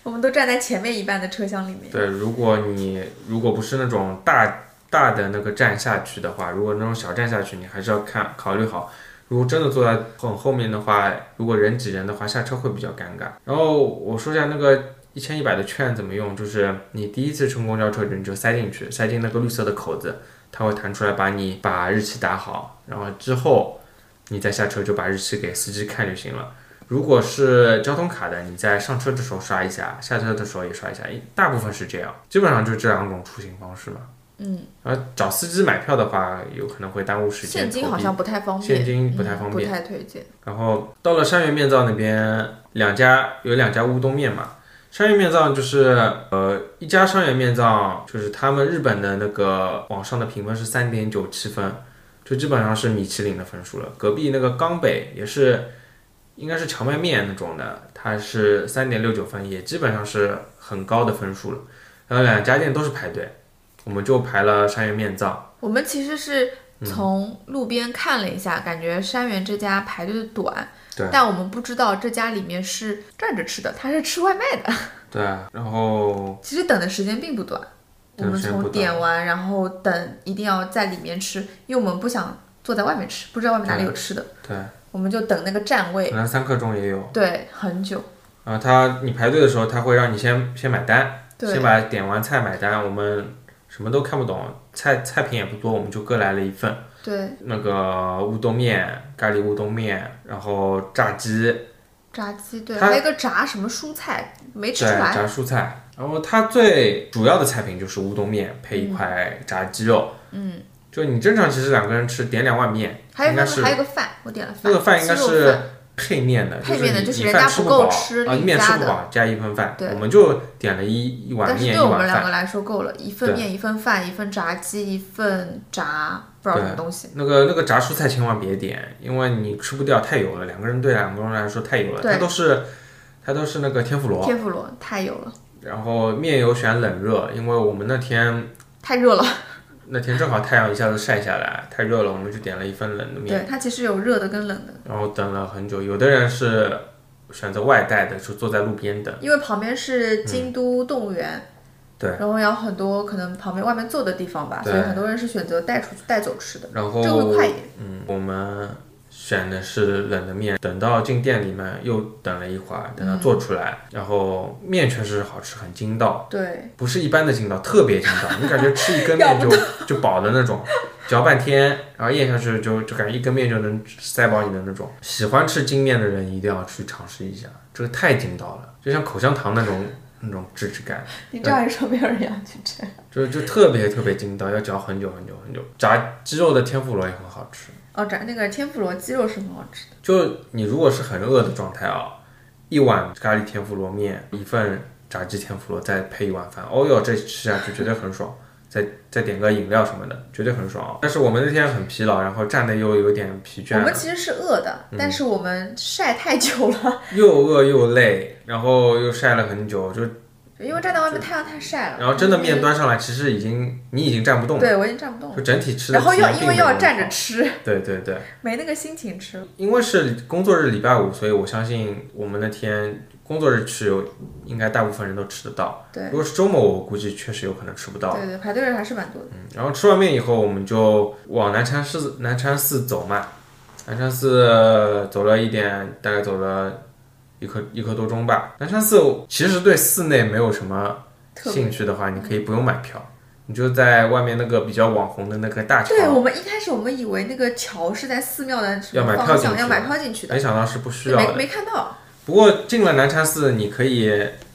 我们都站在前面一半的车厢里面。对，如果你如果不是那种大大的那个站下去的话，如果那种小站下去，你还是要看考虑好。如果真的坐在很后面的话，如果人挤人的话，下车会比较尴尬。然后我说一下那个一千一百的券怎么用，就是你第一次乘公交车，你就塞进去，塞进那个绿色的口子，它会弹出来把你把日期打好，然后之后你再下车就把日期给司机看就行了。如果是交通卡的，你在上车的时候刷一下，下车的时候也刷一下，大部分是这样，基本上就这两种出行方式嘛。嗯，然后找司机买票的话，有可能会耽误时间。现金好投币像不太方便，现金不太方便嗯不太推荐。然后到了山原面藏那边，两家有两家乌冬面嘛。山原面藏就是呃一家山原面藏，就是他们日本的那个网上的评分是三点九七分，就基本上是米其林的分数了。隔壁那个冈北也是，应该是荞麦面那种的，它是三点六九分，也基本上是很高的分数了。然后两家店都是排队，我们就排了山原面藏。我们其实是嗯从路边看了一下，感觉山原这家排队的短，对但我们不知道这家里面是站着吃的，它是吃外卖的。对，啊然后其实等的时间并不短，我等的们时间不短从点完，然后等一定要在里面吃，因为我们不想坐在外面吃，不知道外面哪里有吃的，对，我们就等那个站位，本来三刻钟也有，对，很久，然后啊他你排队的时候，他会让你先先买单。先对把点完菜买单，我们什么都看不懂，菜菜品也不多，我们就各来了一份，对，那个乌冬面、咖喱乌冬面，然后炸鸡，炸鸡，对，它还有一个炸什么蔬菜没对，吃出来，炸蔬菜。然后它最主要的菜品就是乌冬面配嗯一块炸鸡肉，嗯，就你正常其实两个人吃点两碗面，还有应那该个是还有个饭，我点了饭，那个饭应该鸡肉是饭配面的，配面的就就是你人你饭家吃不饱够吃啊，另面吃加不的饱加一份饭，对我们就点了一一碗但是面一对我们碗两饭，个来说够了，一份对面，一份饭，一份炸鸡，一份炸不知道什么东西。那个那个炸蔬菜千万别点，因为你吃不掉，太油了。两个人对两个人来说太油了，对它都是它都是那个天妇罗，天妇罗太油了，然后面油选冷热，因为我们那天太热了。那天正好太阳一下子晒下来，太热了，我们就点了一份冷的面，对，它其实有热的跟冷的，然后等了很久。有的人是选择外带的，就坐在路边等。因为旁边是京都动物园，嗯对然后有很多可能旁边外面坐的地方吧，对所以很多人是选择带出去带走吃的，然这个会后快一点。嗯，我们选的是冷的面，等到进店里面又等了一会儿，等它做出来，然后面确实好吃，很筋道。对，不是一般的劲道，特别劲道，你感觉吃一根面就就饱的那种，嚼半天，然后咽下去就就感觉一根面就能塞饱你的那种。喜欢吃筋面的人一定要去尝试一下，这个太劲道了，就像口香糖那种那种质质感，你这样一说，没有人要去吃。就就特别特别劲道，要嚼很久很久很久。炸鸡肉的天妇罗也很好吃， [laughs] 哦，炸那个天妇罗鸡肉是很好吃的，就你如果是很饿的状态啊，一碗咖喱天妇罗面，一份炸鸡天妇罗，再配一碗饭，哦哟，这吃下去绝对很爽。 [laughs] 再再点个饮料什么的，绝对很爽。但是我们那天很疲劳，然后站的又有点疲我倦，们其实是饿的，嗯但是我们晒太久了， [laughs] 又饿又累，然后又晒了很久，就因为站在外面太阳太晒了。嗯然后真的面端上来，其实已经你已经站不动了，对我已经站不动了，就整体吃的然后体要验因并为没有要那么站着好，吃，对对对。没那个心情吃。因为是工作日礼拜五，所以我相信我们那天工作日去，应该大部分人都吃得到。对如果是周末，我估计确实有可能吃不到。对对，排队人还是蛮多的。嗯然后吃完面以后，我们就往南禅寺南禅寺走嘛。南禅寺走了一点，大概走了一刻一刻多钟吧。南禅寺其实对寺内没有什么特别兴趣的话，你可以不用买票，你就在外面那个比较网红的那个大桥，对我们一开始我们以为那个桥是在寺庙的什要么买票方进向，去要买票进去的，没想到是不需要的没。没看到。不过进了南禅寺，你可以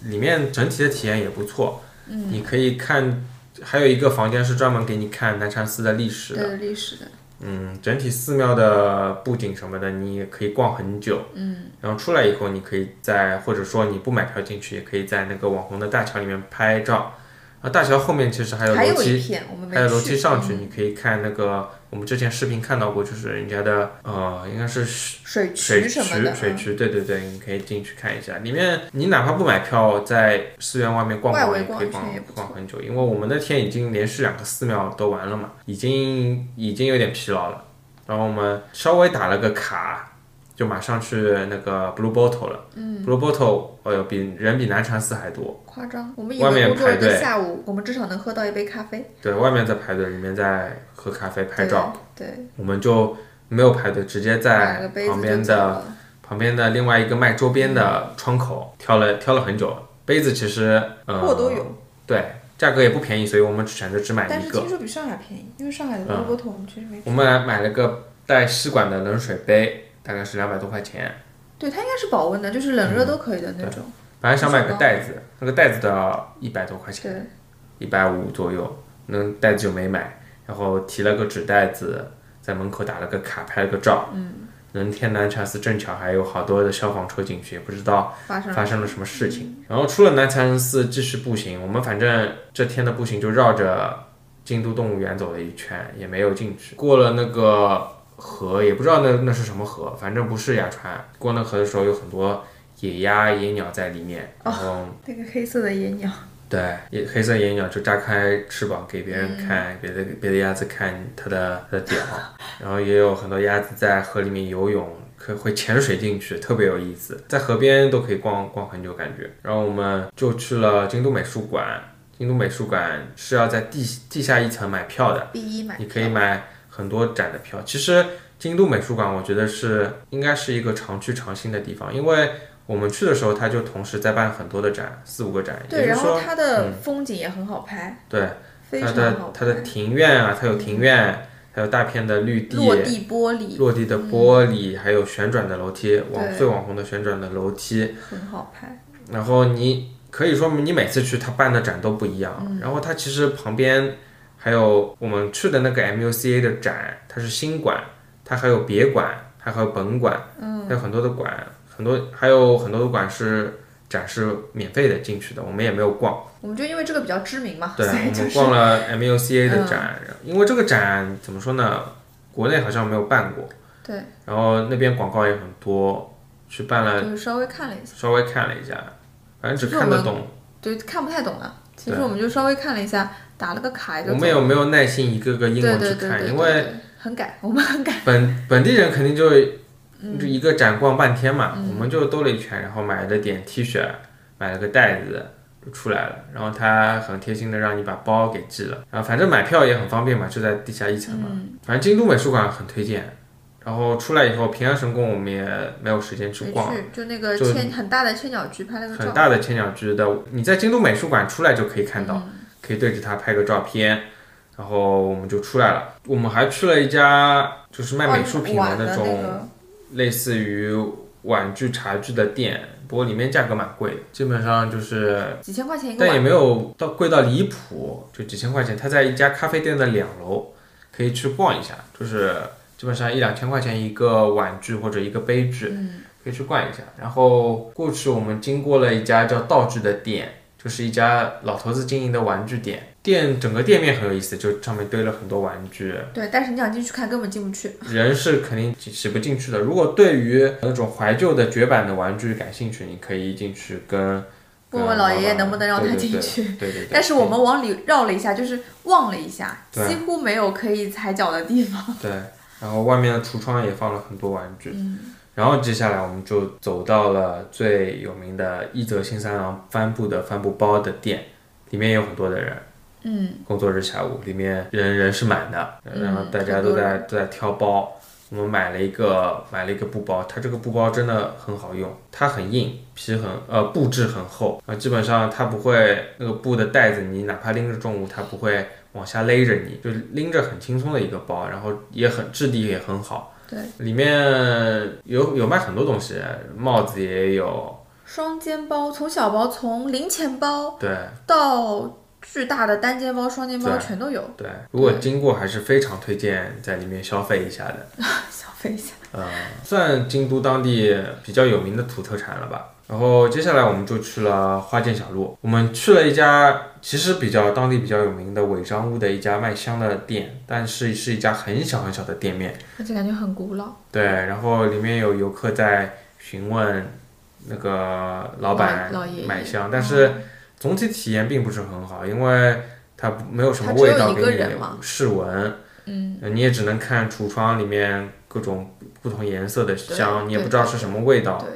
里面整体的体验也不错，嗯，你可以看，还有一个房间是专门给你看南禅寺的历史的，对历史的，嗯，整体寺庙的布景什么的，你也可以逛很久，嗯，然后出来以后，你可以在或者说你不买票进去，也可以在那个网红的大桥里面拍照，啊，大桥后面其实还有还楼有一梯，片我们没还有楼去嗯梯上去，你可以看那个我们之前视频看到过，就是人家的呃，应该是水水渠渠什么的，水嗯渠，对对对，你可以进去看一下。里面你哪怕不买票，在寺院外面逛外逛围也可以逛逛一圈也不错逛很久，因为我们那天已经连续两个寺庙都玩了嘛，已经已经有点疲劳了。然后我们稍微打了个卡，就马上去那个 Blue Bottle 了。嗯，Blue Bottle，哎呦，比人比南禅寺还多。夸张。我们以外面为工作日排队的下午，我们至少能喝到一杯咖啡，对，外面在排队，里面在喝咖啡拍照，对。对，我们就没有排队，直接买在个杯旁子边就的走了。旁边的另外一个卖周边的窗口挑了挑了很久，杯子其实呃货都有，对，价格也不便宜，所以我们选择只买但一是个。听说比上海便宜，因为上海的嗯波波桶我们其实没。我们来买了个带吸管的冷水杯，大概是两百多块钱。对，它应该是保温的，就是嗯冷热都可以的那种。本来想买个袋子，那个袋子的一百多块钱，对，一百五左右，那袋子就没买。然后提了个纸袋子，在门口打了个卡，拍了个照。嗯，能天南查寺正巧还有好多的消防车进去，也不知道发生了发生了什么事情。然后出了南禅寺继续步行，我们反正这天的步行就绕着京都动物园走了一圈，也没有进去。过了那个河，也不知道那那是什么河，反正不是雅川。过那河的时候有很多野鸭、野鸟在里面，然后、那个黑色的野鸟。对，也黑色眼角就扎开翅膀给别嗯人看，别的别的鸭子看它的它的屌， [laughs] 然后也有很多鸭子在河里面游泳，可会潜水进去，特别有意思，在河边都可以逛逛很久感觉。然后我们就去了京都美术馆，京都美术馆是要在地地下一层买票的，第一买你可以买很多展的票。其实京都美术馆我觉得是应该是一个常去常新的地方，因为。我们去的时候，它就同时在办很多的展，四五个展，对，也就然是说嗯后它的风景也很好拍，对，非它常的好它拍嗯的，庭院啊，它有庭院，还有大片的绿地，落地玻璃落地的玻璃，还有旋转的楼梯，网对最网红的旋转的楼梯。很好拍，然后你可以说你每次去它办的展都不一样。嗯然后它其实旁边还有我们去的那个 MUCA 的展，它是新馆，它还有别馆，还有本馆，嗯，还有很多的馆，很多还有很多的馆是展示免费的进去的，我们也没有逛。我们就因为这个比较知名嘛，对，所我以就们是嗯逛了 MUCA 的展，因为这个展怎么说呢，国内好像没有办过，对，然后那边广告也很多，去办了，就是稍微看了一下，稍微看了一下，反正只其实看得懂。对，看不太懂了，其实对我们就稍微看了一下，打了个卡也就我走们了有没有耐心一个个英文对去对对看？对因对为对很赶，我们很赶， [laughs] 本本地人肯定就嗯就一个展逛半天嘛，我们就兜了一圈，然后买了点 T 恤，买了个袋子就出来了。然后他很贴心的让你把包给寄了，然后反正买票也很方便嘛，就在地下一层嘛。嗯反正京都美术馆很推荐。然后出来以后，平安神宫我们也没有时间去没逛，去，就那个就千很大的千鸟居拍了个很照，大的千鸟居的，你在京都美术馆出来就可以看到，嗯可以对着它拍个照片，然后我们就出来了。我们还去了一家就是卖哦美术品碗那的种那个类似于碗具茶具的店，不过里面价格蛮贵的，基本上就是，几千块钱一个但也碗，没有到贵到离谱，就几千块钱。它在一家咖啡店的两楼，可以去逛一下，就是基本上一两千块钱一个碗具或者一个杯具，嗯可以去逛一下。然后过去我们经过了一家叫道具的店，就是一家老头子经营的玩具店，店整个店面很有意思，就上面堆了很多玩具，对，但是你想进去看根本进不去，人是肯定挤挤不进去的。如果对于那种怀旧的绝版的玩具感兴趣，你可以进去跟问问老爷爷跟能不能让他进去对对对对对对但是我们往里绕了一下，就是望了一下，对几乎没有可以踩脚的地方，对，然后外面的橱窗也放了很多玩具。然后接下来我们就走到了最有名的一泽新三郎帆布的帆布包的店，里面有很多的人。嗯，工作日下午，里面人人是满的，嗯然后大家都在、都在挑包。我们买了一个买了一个布包，它这个布包真的很好用，它很硬，皮很呃布质很厚啊、基本上它不会那个布的带子，你哪怕拎着重物，它不会往下勒着你，就拎着很轻松的一个包，然后也很质地也很好， [laughs] 对，里面有有卖很多东西，帽子也有，双肩包从小包从零钱包对，到巨大的单肩包、双肩包对全都 [laughs] 有，对，如果经过还是非常推荐在里面消费一下的。消费一下，呃，算京都当地比较有名的土特产了吧。然后接下来我们就去了花见小路，我们去了一家其实比较当地比较有名的尾张屋的一家卖香的店，但是是一家很小很小的店面。而且感觉很古 [laughs] 老。对，然后里面有游客在询问那个老板老老爷爷嗯买香，但是总体体验并不是很好，因为它不没有什么它只有味道一给个你人嘛试闻。嗯，呃你也只能看橱窗里面各种不同颜色的香，对你也对不知道是什么味道。对，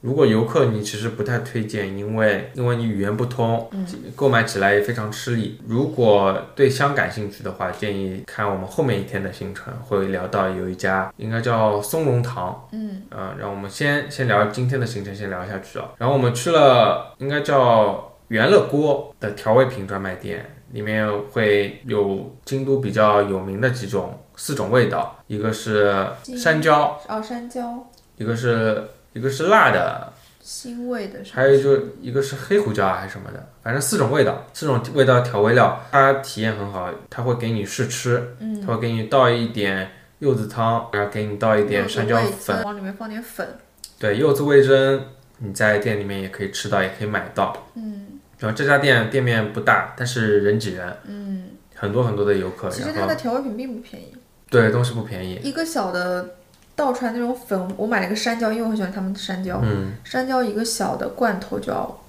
如果游客，你其实不太推荐，因为因为你语言不通，嗯购买起来也非常吃力。如果对香感兴趣的话，建议看我们后面一天的行程，会聊到有一家应该叫松茸堂，嗯，呃，让我们先先聊今天的行程，先聊下去啊。然后我们去了应该叫元乐锅的调味品专卖店，里面会有京都比较有名的几种四种味道，一个是山椒，哦，山椒一个是一个是辣的。腥味的是吧还有一就一个是黑胡椒啊，还是什么的，反正四种味道，四种味道调味料，它体验很好，它会给你试吃，嗯，它会给你倒一点柚子汤，然后给你倒一点山椒粉，，往里面放点粉，对，柚子味噌你在店里面也可以吃到，也可以买到，嗯，然后这家店店面不大，但是人挤人，嗯，很多很多的游客，其实然它后的调味品并不便宜，对东西不便宜，一个小的倒出来那种粉，我买了个山椒，因为我很喜欢他们的山椒，嗯，山椒一个小的罐头就要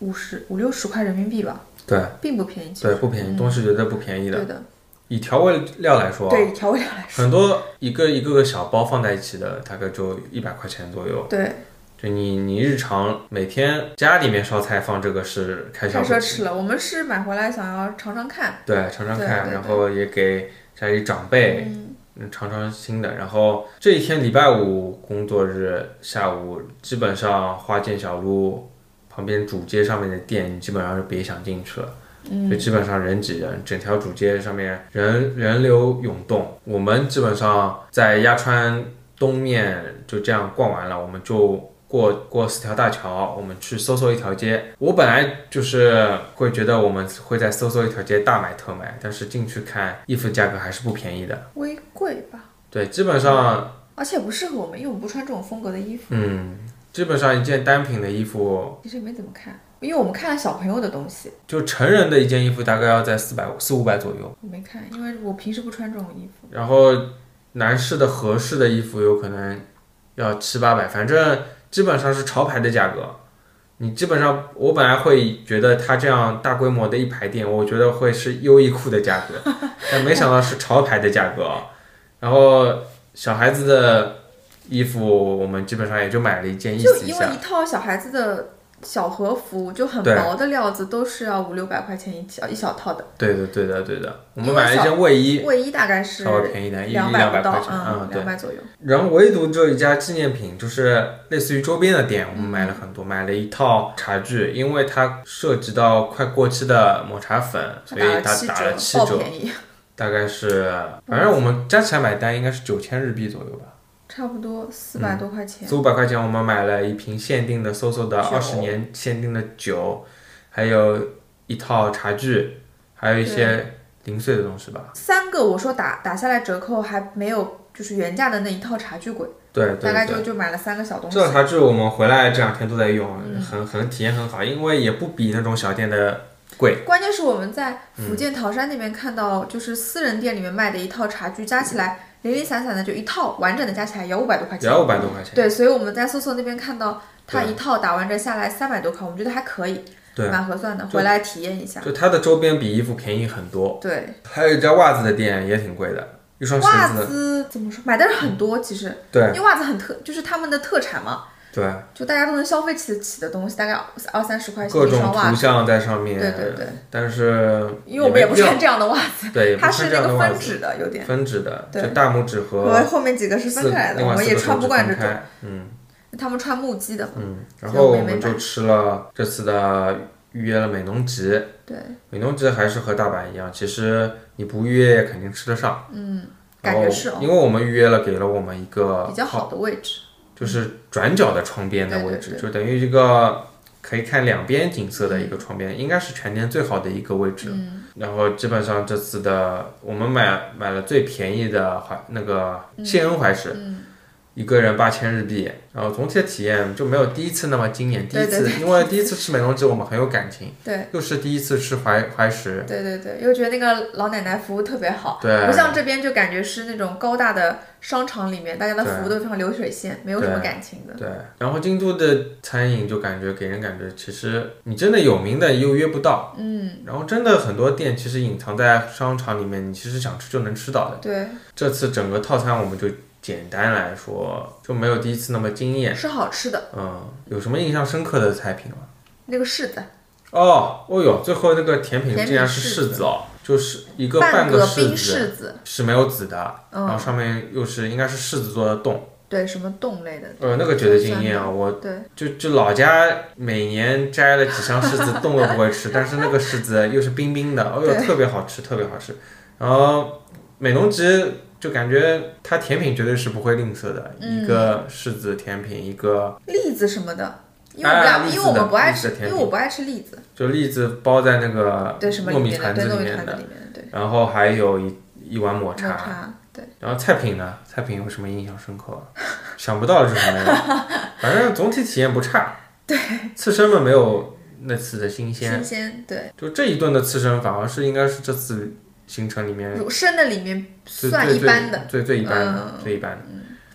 五十五六十块人民币吧，对并不便宜。其实嗯对，不便宜，东西绝对不便宜的。对的，以调味料来说，对调味料来说，很多一个一个个小包放在一起的，大概就一百块钱左右。对就你你日常每天家里面烧菜放这个是开销太不奢起侈了。我们是买回来想要尝尝看，对，尝尝对看，对然后也给家里长辈嗯尝尝新的。然后这一天礼拜五工作日下午，基本上花间小路旁边主街上面的店，你基本上是别想进去了。就基本上人挤人，整条主街上面人人流涌动。我们基本上在鸭川东面就这样逛完了，我们就过过四条大桥，我们去搜搜一条街。我本来就是会觉得我们会在搜搜一条街大买特买，但是进去看衣服价格还是不便宜的。嗯微贵吧，对，基本上，而且不适合我们，因为我们不穿这种风格的衣服。嗯，基本上一件单品的衣服，其实也没怎么看，因为我们看了小朋友的东西，就成人的一件衣服大概要在四百四五百左右。我没看，因为我平时不穿这种衣服。然后男士的合适的衣服有可能要七八百，反正基本上是潮牌的价格。你基本上，我本来会觉得它这样大规模的一排店，我觉得会是优衣库的价格，但没想到是潮牌的价格。然后小孩子的衣服，我们基本上也就买了一件，意就思一因为下。一套小孩子的小和服，就很对薄的料子，都是要五六百块钱一起，一小套的。对的，对的，对的。我因们为买了一小件卫衣，卫衣大概是稍微便宜点，一一两百百不到块，钱。嗯，对两。百左右。然后唯独只有一家纪念品，就是类似于周边的店，我们买了很多，买了一套茶具，因为它涉及到快过期的抹茶粉，嗯所以它打了七爆折，便宜，大概是反正我们加起来买单应该是九千日币左右吧，差不多四嗯百多块钱。四五百块钱我们买了一瓶限定的 SOSO 的二十年限定的酒，还有一套茶具，还有一些零碎的东西吧。三个我说打打下来折扣还没有，就是原价的那一套茶具贵，对对对。大概就就买了三个小东西嗯这。套茶具我们回来这两天都在用，很很体验很好，因为也不比那种小店的贵。关键是我们在福建桃山那边看到，就是私人店里面卖的一套茶具，加起来零零散散的就一套完整的加起来也要五百多块只钱。要嗯五百多块钱。对，所以我们在搜搜那边看到，它一套打完折下来三百多块，我们觉得还可以，对，啊蛮合算的，回来体验一下。就它的周边比衣服便宜很多。对，还有一家袜子的店也挺贵的，一双鞋袜子。子怎么说，买的人很多，其实，对因为袜子很特，就是他们的特产嘛，对，就大家都能消费起得起的东西，大概二三十块钱各一种双袜图子。像在上面。对对对，但是因为我们也不没必要穿这样的袜子，对，也不它穿是这那样的个袜分子，趾的，有点分趾的，对就大拇指和和后面几个是分四开来的，另我外们四也个手穿不指惯这分种。开。嗯他们穿木屐的，嗯，然所以我后们也我没们就吃了这次的预约了美浓吉。对，美浓吉还是和大阪一样，其实你不预约也肯定吃得上。感觉是然哦后，因为我们预约了，给了我们一个比较好的位置。就是转角的窗边的位置，对对就等于一个可以看两边景色的一个窗边，应该是全年最好的一个位置。嗯然后基本上这次的我们买买了最便宜的怀那个嗯谢恩怀石，一个人八千日币。然后总体的体验就没有第一次那么惊艳，第一对次对因为第一次吃美容鸡我们很有感情，对又是第一次吃怀怀石，对对对，又觉得那个老奶奶服务特别好，对不像这边就感觉是那种高大的商场里面，大家的服务都非常流水线，没有什么感情的。对，然后京都的餐饮就感觉给人感觉，其实你真的有名的又约不到，嗯，然后真的很多店其实隐藏在商场里面，你其实想吃就能吃到的。对，这次整个套餐我们就简单来说，就没有第一次那么惊艳。是好吃的，嗯，有什么印象深刻的菜品吗？那个柿子，哦，哦哟，最后那个甜品甜品竟然是柿子哦，就是一个半个个柿子，冰柿子，是没有籽的，嗯然后上面又是应该是柿子做的冻，对，什么冻类的，呃，那个觉得惊艳啊，我对，就就老家每年摘了几箱柿子，冻都不会吃，但是那个柿子又是冰冰的，哦哟，特别好吃，特别好吃。然后美浓吉就感觉它甜品绝对是不会吝啬的，嗯一个柿子甜品，一个栗子什么的，因为我们俩，啊栗子因的为我们不爱栗子吃，的因甜为品我不爱吃栗子，就栗子包在那个对，什么呃糯里米面的，团对，子糯里米面团子的，里面的，对，然后还有一一碗抹抹茶。茶，对，然后菜品呢？菜品有什么印象深刻 [laughs] 啊？想不到就是没有，反正总体体验不差。对，刺身嘛没有那次的新鲜，新鲜，对，就这一顿的刺身，反而是应该是这次行程里面乳生的里面最算一般的，最最最一般的、嗯最一般的。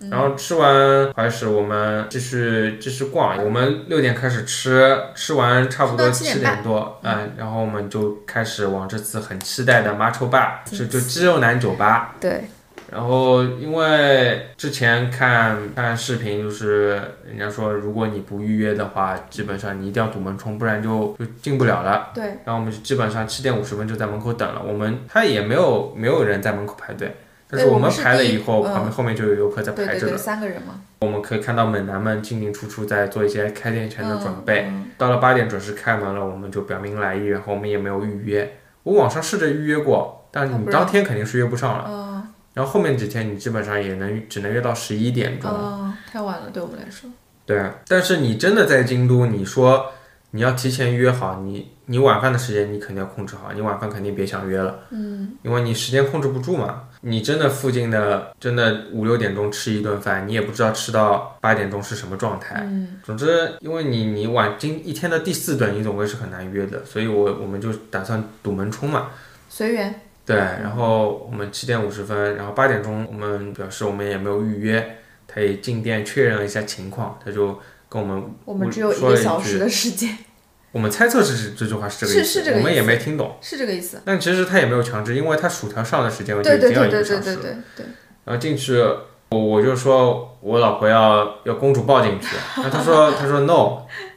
然后吃完怀石，我们继续继续逛。我们六点开始吃，吃完差不多吃到七7点半点多，嗯，然后我们就开始往这次很期待的麻稠吧，就就肌肉男酒吧。对，然后因为之前看看视频，就是人家说，如果你不预约的话，基本上你一定要堵门冲，不然就就进不了了。对，然后我们就基本上七点五十分就在门口等了，我们他也没有没有人在门口排队，但是对我我们们是排了第一以后，嗯旁边后面就有游客在对排对着对，了。三个人嘛，我们可以看到猛男们进进出出在做一些开店前的准备。嗯到了八点准时开门了，我们就表明来意，然后我们也没有预约。我网上试着预约过，但他你哦不当让天肯定是约不上了。嗯然后后面几天你基本上也能只能约到十一点钟，嗯，太晚了，对我们来说，对。啊但是你真的在京都，你说你要提前约好，你你晚饭的时间你肯定要控制好，你晚饭肯定别想约了，嗯，因为你时间控制不住嘛。你真的附近的真的五六点钟吃一顿饭，你也不知道吃到八点钟是什么状态。嗯，总之，因为你你晚今一天的第四顿，你总归是很难约的，所以我我们就打算堵门冲嘛。随缘，对，然后我们七点五十分，然后八点钟我们表示我们也没有预约，他也进店确认了一下情况，他就跟我们我们只有一说个了一小句时的时间，我们猜测是这句话是这个是意思，是这个我们意也思没听懂，是这个意思。但其实他也没有强制，因为他薯条上的时间我就对已经对要对一个对小时对了。对对对，然后进去，我我就说我老婆要要公主抱进去，然后她说她说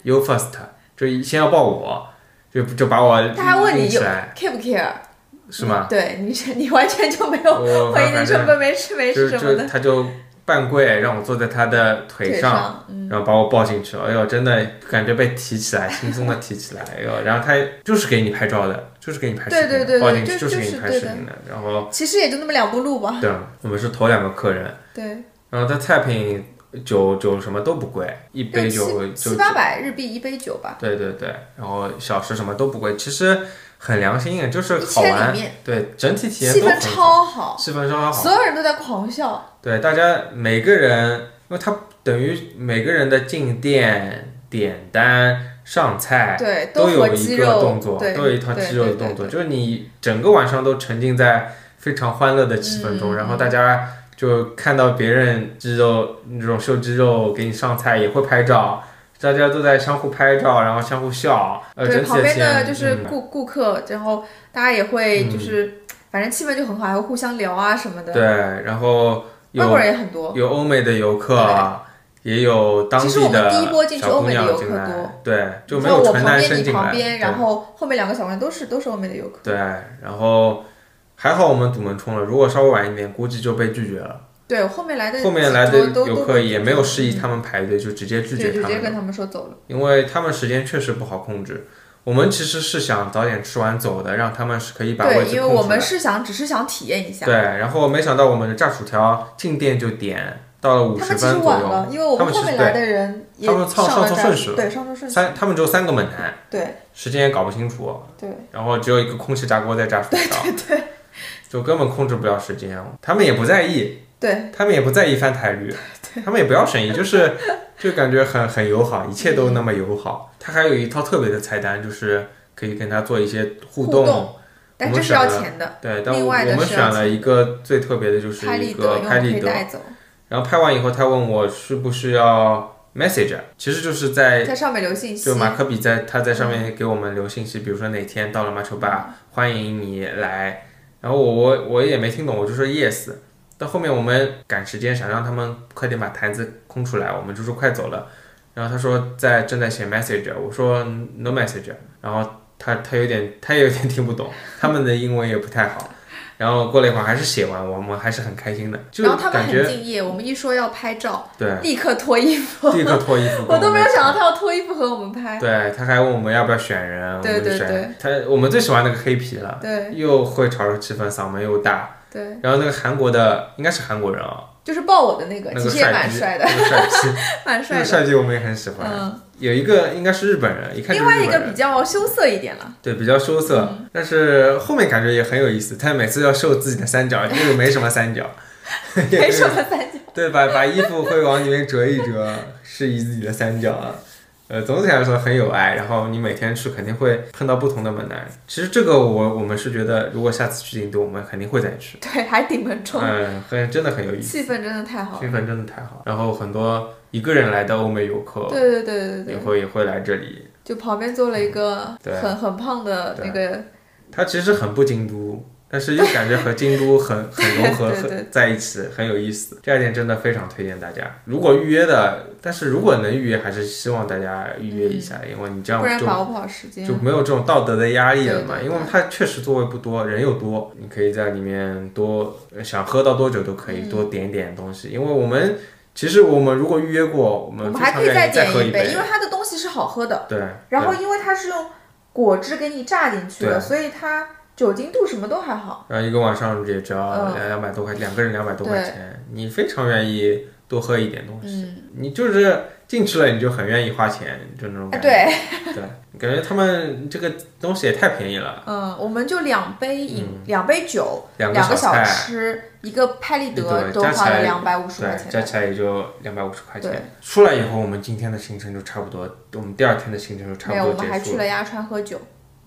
no，you first，就 [laughs] 先要抱我，就就把我他还问拎你起有来， care 不 care？哎是吗？？对你这你完全就没 [laughs] 有我回反应反成正本没吃没就吃就什么的，她就半跪让我坐在她的腿上，上，嗯，然后把我抱进去了，哎呦，真的感觉被提起来，轻松的提起来，哎呦，然后他就是给你拍照的，就是给你拍视频的，对对对对抱进去就是给你就是拍对视的频的，然后其实也就那么两步路吧。对，啊我们是头两个客人，对，然后它菜品酒酒什么都不贵，一杯酒六七就七八百日币一杯酒吧，对对对，然后小吃什么都不贵，其实很良心的，就是一好千玩里，面对整体体验气都氛很好，超好，气氛超好，所有人都在狂笑。对大家每个人，因为它等于每个人的进店、点单、上菜。对，都哎和有肌一个肉动作，对，都有一套对肌肉的对对动作，对就是你整个晚上都沉浸在非常欢乐的气氛中，嗯然后大家就看到别人肌肉那种秀肌肉给你上菜，也会拍照，大家都在相互拍照，然后相互笑，呃，对，整体旁的边体验的就是嗯顾顾客，然后大家也会就是，反正气氛就很好，还会互相聊啊什么的。对，然后外国有人也很多，有欧美的游客啊。也有当其实地我们第一波进去小欧姑美的娘游客进来多，对，就没然后有我纯旁男边生你进来。旁边，对然后后面两个小姑娘都是都是欧美的游客。对，然后还好我们堵门冲了，如果稍微晚一点，估计就被拒绝了。对，后面来的后面来的几桌都游都客也没有示意嗯他们排队，就直接拒绝对就他直接们，跟他们说走了。因为他们时间确实不好控制。我们其实是想早点吃完走的，让他们是可以把位对，置因为空我出来们。是想只是想体验一下，对，然后没想到我们的炸薯条进店就点到了五他十们其实分左晚右，了，因为我他们们其后实面来的人也他们上上了上站车顺序对，上车顺序，三他们只有三个猛男，对时间也搞不清楚，对然后只有一个空气炸锅在炸薯条，对对就根本控制不了时间，他们也不在意，对，他们也不在意翻台率，他们也不要生意，就是就感觉很很友好，一切都那么友好。他还有一套特别的菜单，就是可以跟他做一些互互动我但们这是要选了钱的，对，但我另外的我们是选了一个最特别的，就是拍一立个得，因为我拍们可立以得，带走，然后拍完以后，他问我需不需要 message，其啊实就是在在上面留信息就，马克笔在他在上面给我们留信息，比如说哪天到了马丘嗯巴，欢迎你来。然后我我我也没听懂，我就说 yes。到后面我们赶时间，想让他们快点把坛子空出来，我们就说快走了。然后他说在正在写 message，我说 no message。然后他他有点他也有点听不 [laughs] 懂，他们的英文也不太好。然后过了一会儿还是写完，我们还是很开心的，就然后他们感觉很敬业，我们一说要拍照，对，立刻脱衣服，。[laughs] 立刻脱衣服跟 [laughs] 我都没们一有起想到他要脱衣服和我们拍，对，他还问我们要不要选人，对我对们就选他我们最喜欢那个黑皮了，对又会炒热气氛，嗓门又大。对，然后那个韩国的应该是韩国人啊、就是抱我的那个，那其个实也帅蛮逼， [laughs] 帅的，那个帅逼，蛮那帅个的，帅逼我们也很喜欢。嗯，有一个应该是日本人，一看就另是外日一本个比嗯人，较羞涩一点 [laughs] 了，对，比较羞涩，但是后面感觉也很有意思。他每次要秀自己的三角，又没什么三角， [laughs] 没什么三角。对，把把衣服会往里面折一折，示意自己的三角啊。呃，总体来说很有爱。然后你每天去肯定会碰到不同的猛男。其实这个我我们是觉得，如果下次去印度，我们肯定会再去。 [laughs] 对，还顶门冲，嗯，很真的很有意思，气氛真的太好了。气氛真的太好。然后很多一个人来的欧美游客对对对对也对，会也会来这里。就旁边坐了一个对很很胖的那个，它其实很不京都，但是又感觉和京都很 [laughs] 很融合，对对很在一起，很有意思。这一点真的非常推荐大家。如果预约的，但是如果能预约，还是希望大家预约一下，因为你这样不然就把握不好时间就。没有这种道德的压力了嘛。对对因为它确实座位不多，人又多，你可以在里面多呃想喝到多久都嗯可以，多点点东西。因为我们其实我们如果预约过，我我们们非还常可以愿意点喝一杯。因为它的东西是好喝的，对，然后因为它是用果汁给你榨进去的，所以它酒精度什么都还好。然后一个晚上也只要嗯两两百多块，两个人两百多对块钱，你非常愿意多喝一点东西，嗯，你就是进去了你就很愿意花钱，就那种 [laughs] 哎感觉。对，对，感觉他们这个东西也太便宜了，嗯，我们就两杯饮，两杯酒，嗯两哦两个个小菜，吃，一个派立德对都加起花来了两百五十块对，钱。加起来也就两百五十块对钱。出来以后，我们今天的行程就差不多，我们第二天的行程就差没有，不我多们结还去束。了鸭川喝酒，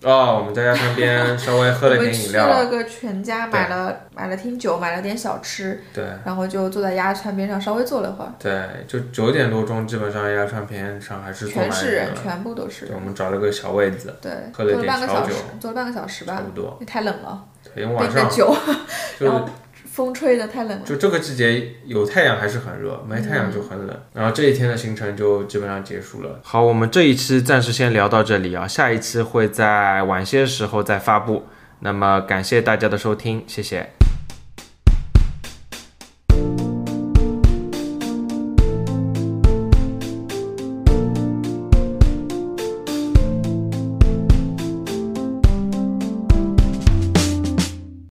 哦，我们在鸭川边稍微喝我了们点饮去料，了个全家，买了买了听酒，买了点小吃，对然后就坐在鸭川边上稍微坐了会儿，对，就九点多钟，基本上鸭川边上还是坐全满是人人，的。全部都是对，人，我们找了个小位子，对，喝坐了了点半个小小酒时，坐了半个小时差吧不，多。因为太冷了，对，因为被晚那上酒 [laughs] 就然后风吹的太冷了。嗯就这个季节有太阳还是很热，没太阳就很冷。然后这一天的行程就基本上结束了。好，我们这一期暂时先聊到这里啊，下一期会在晚些时候再发布。那么感谢大家的收听，谢谢。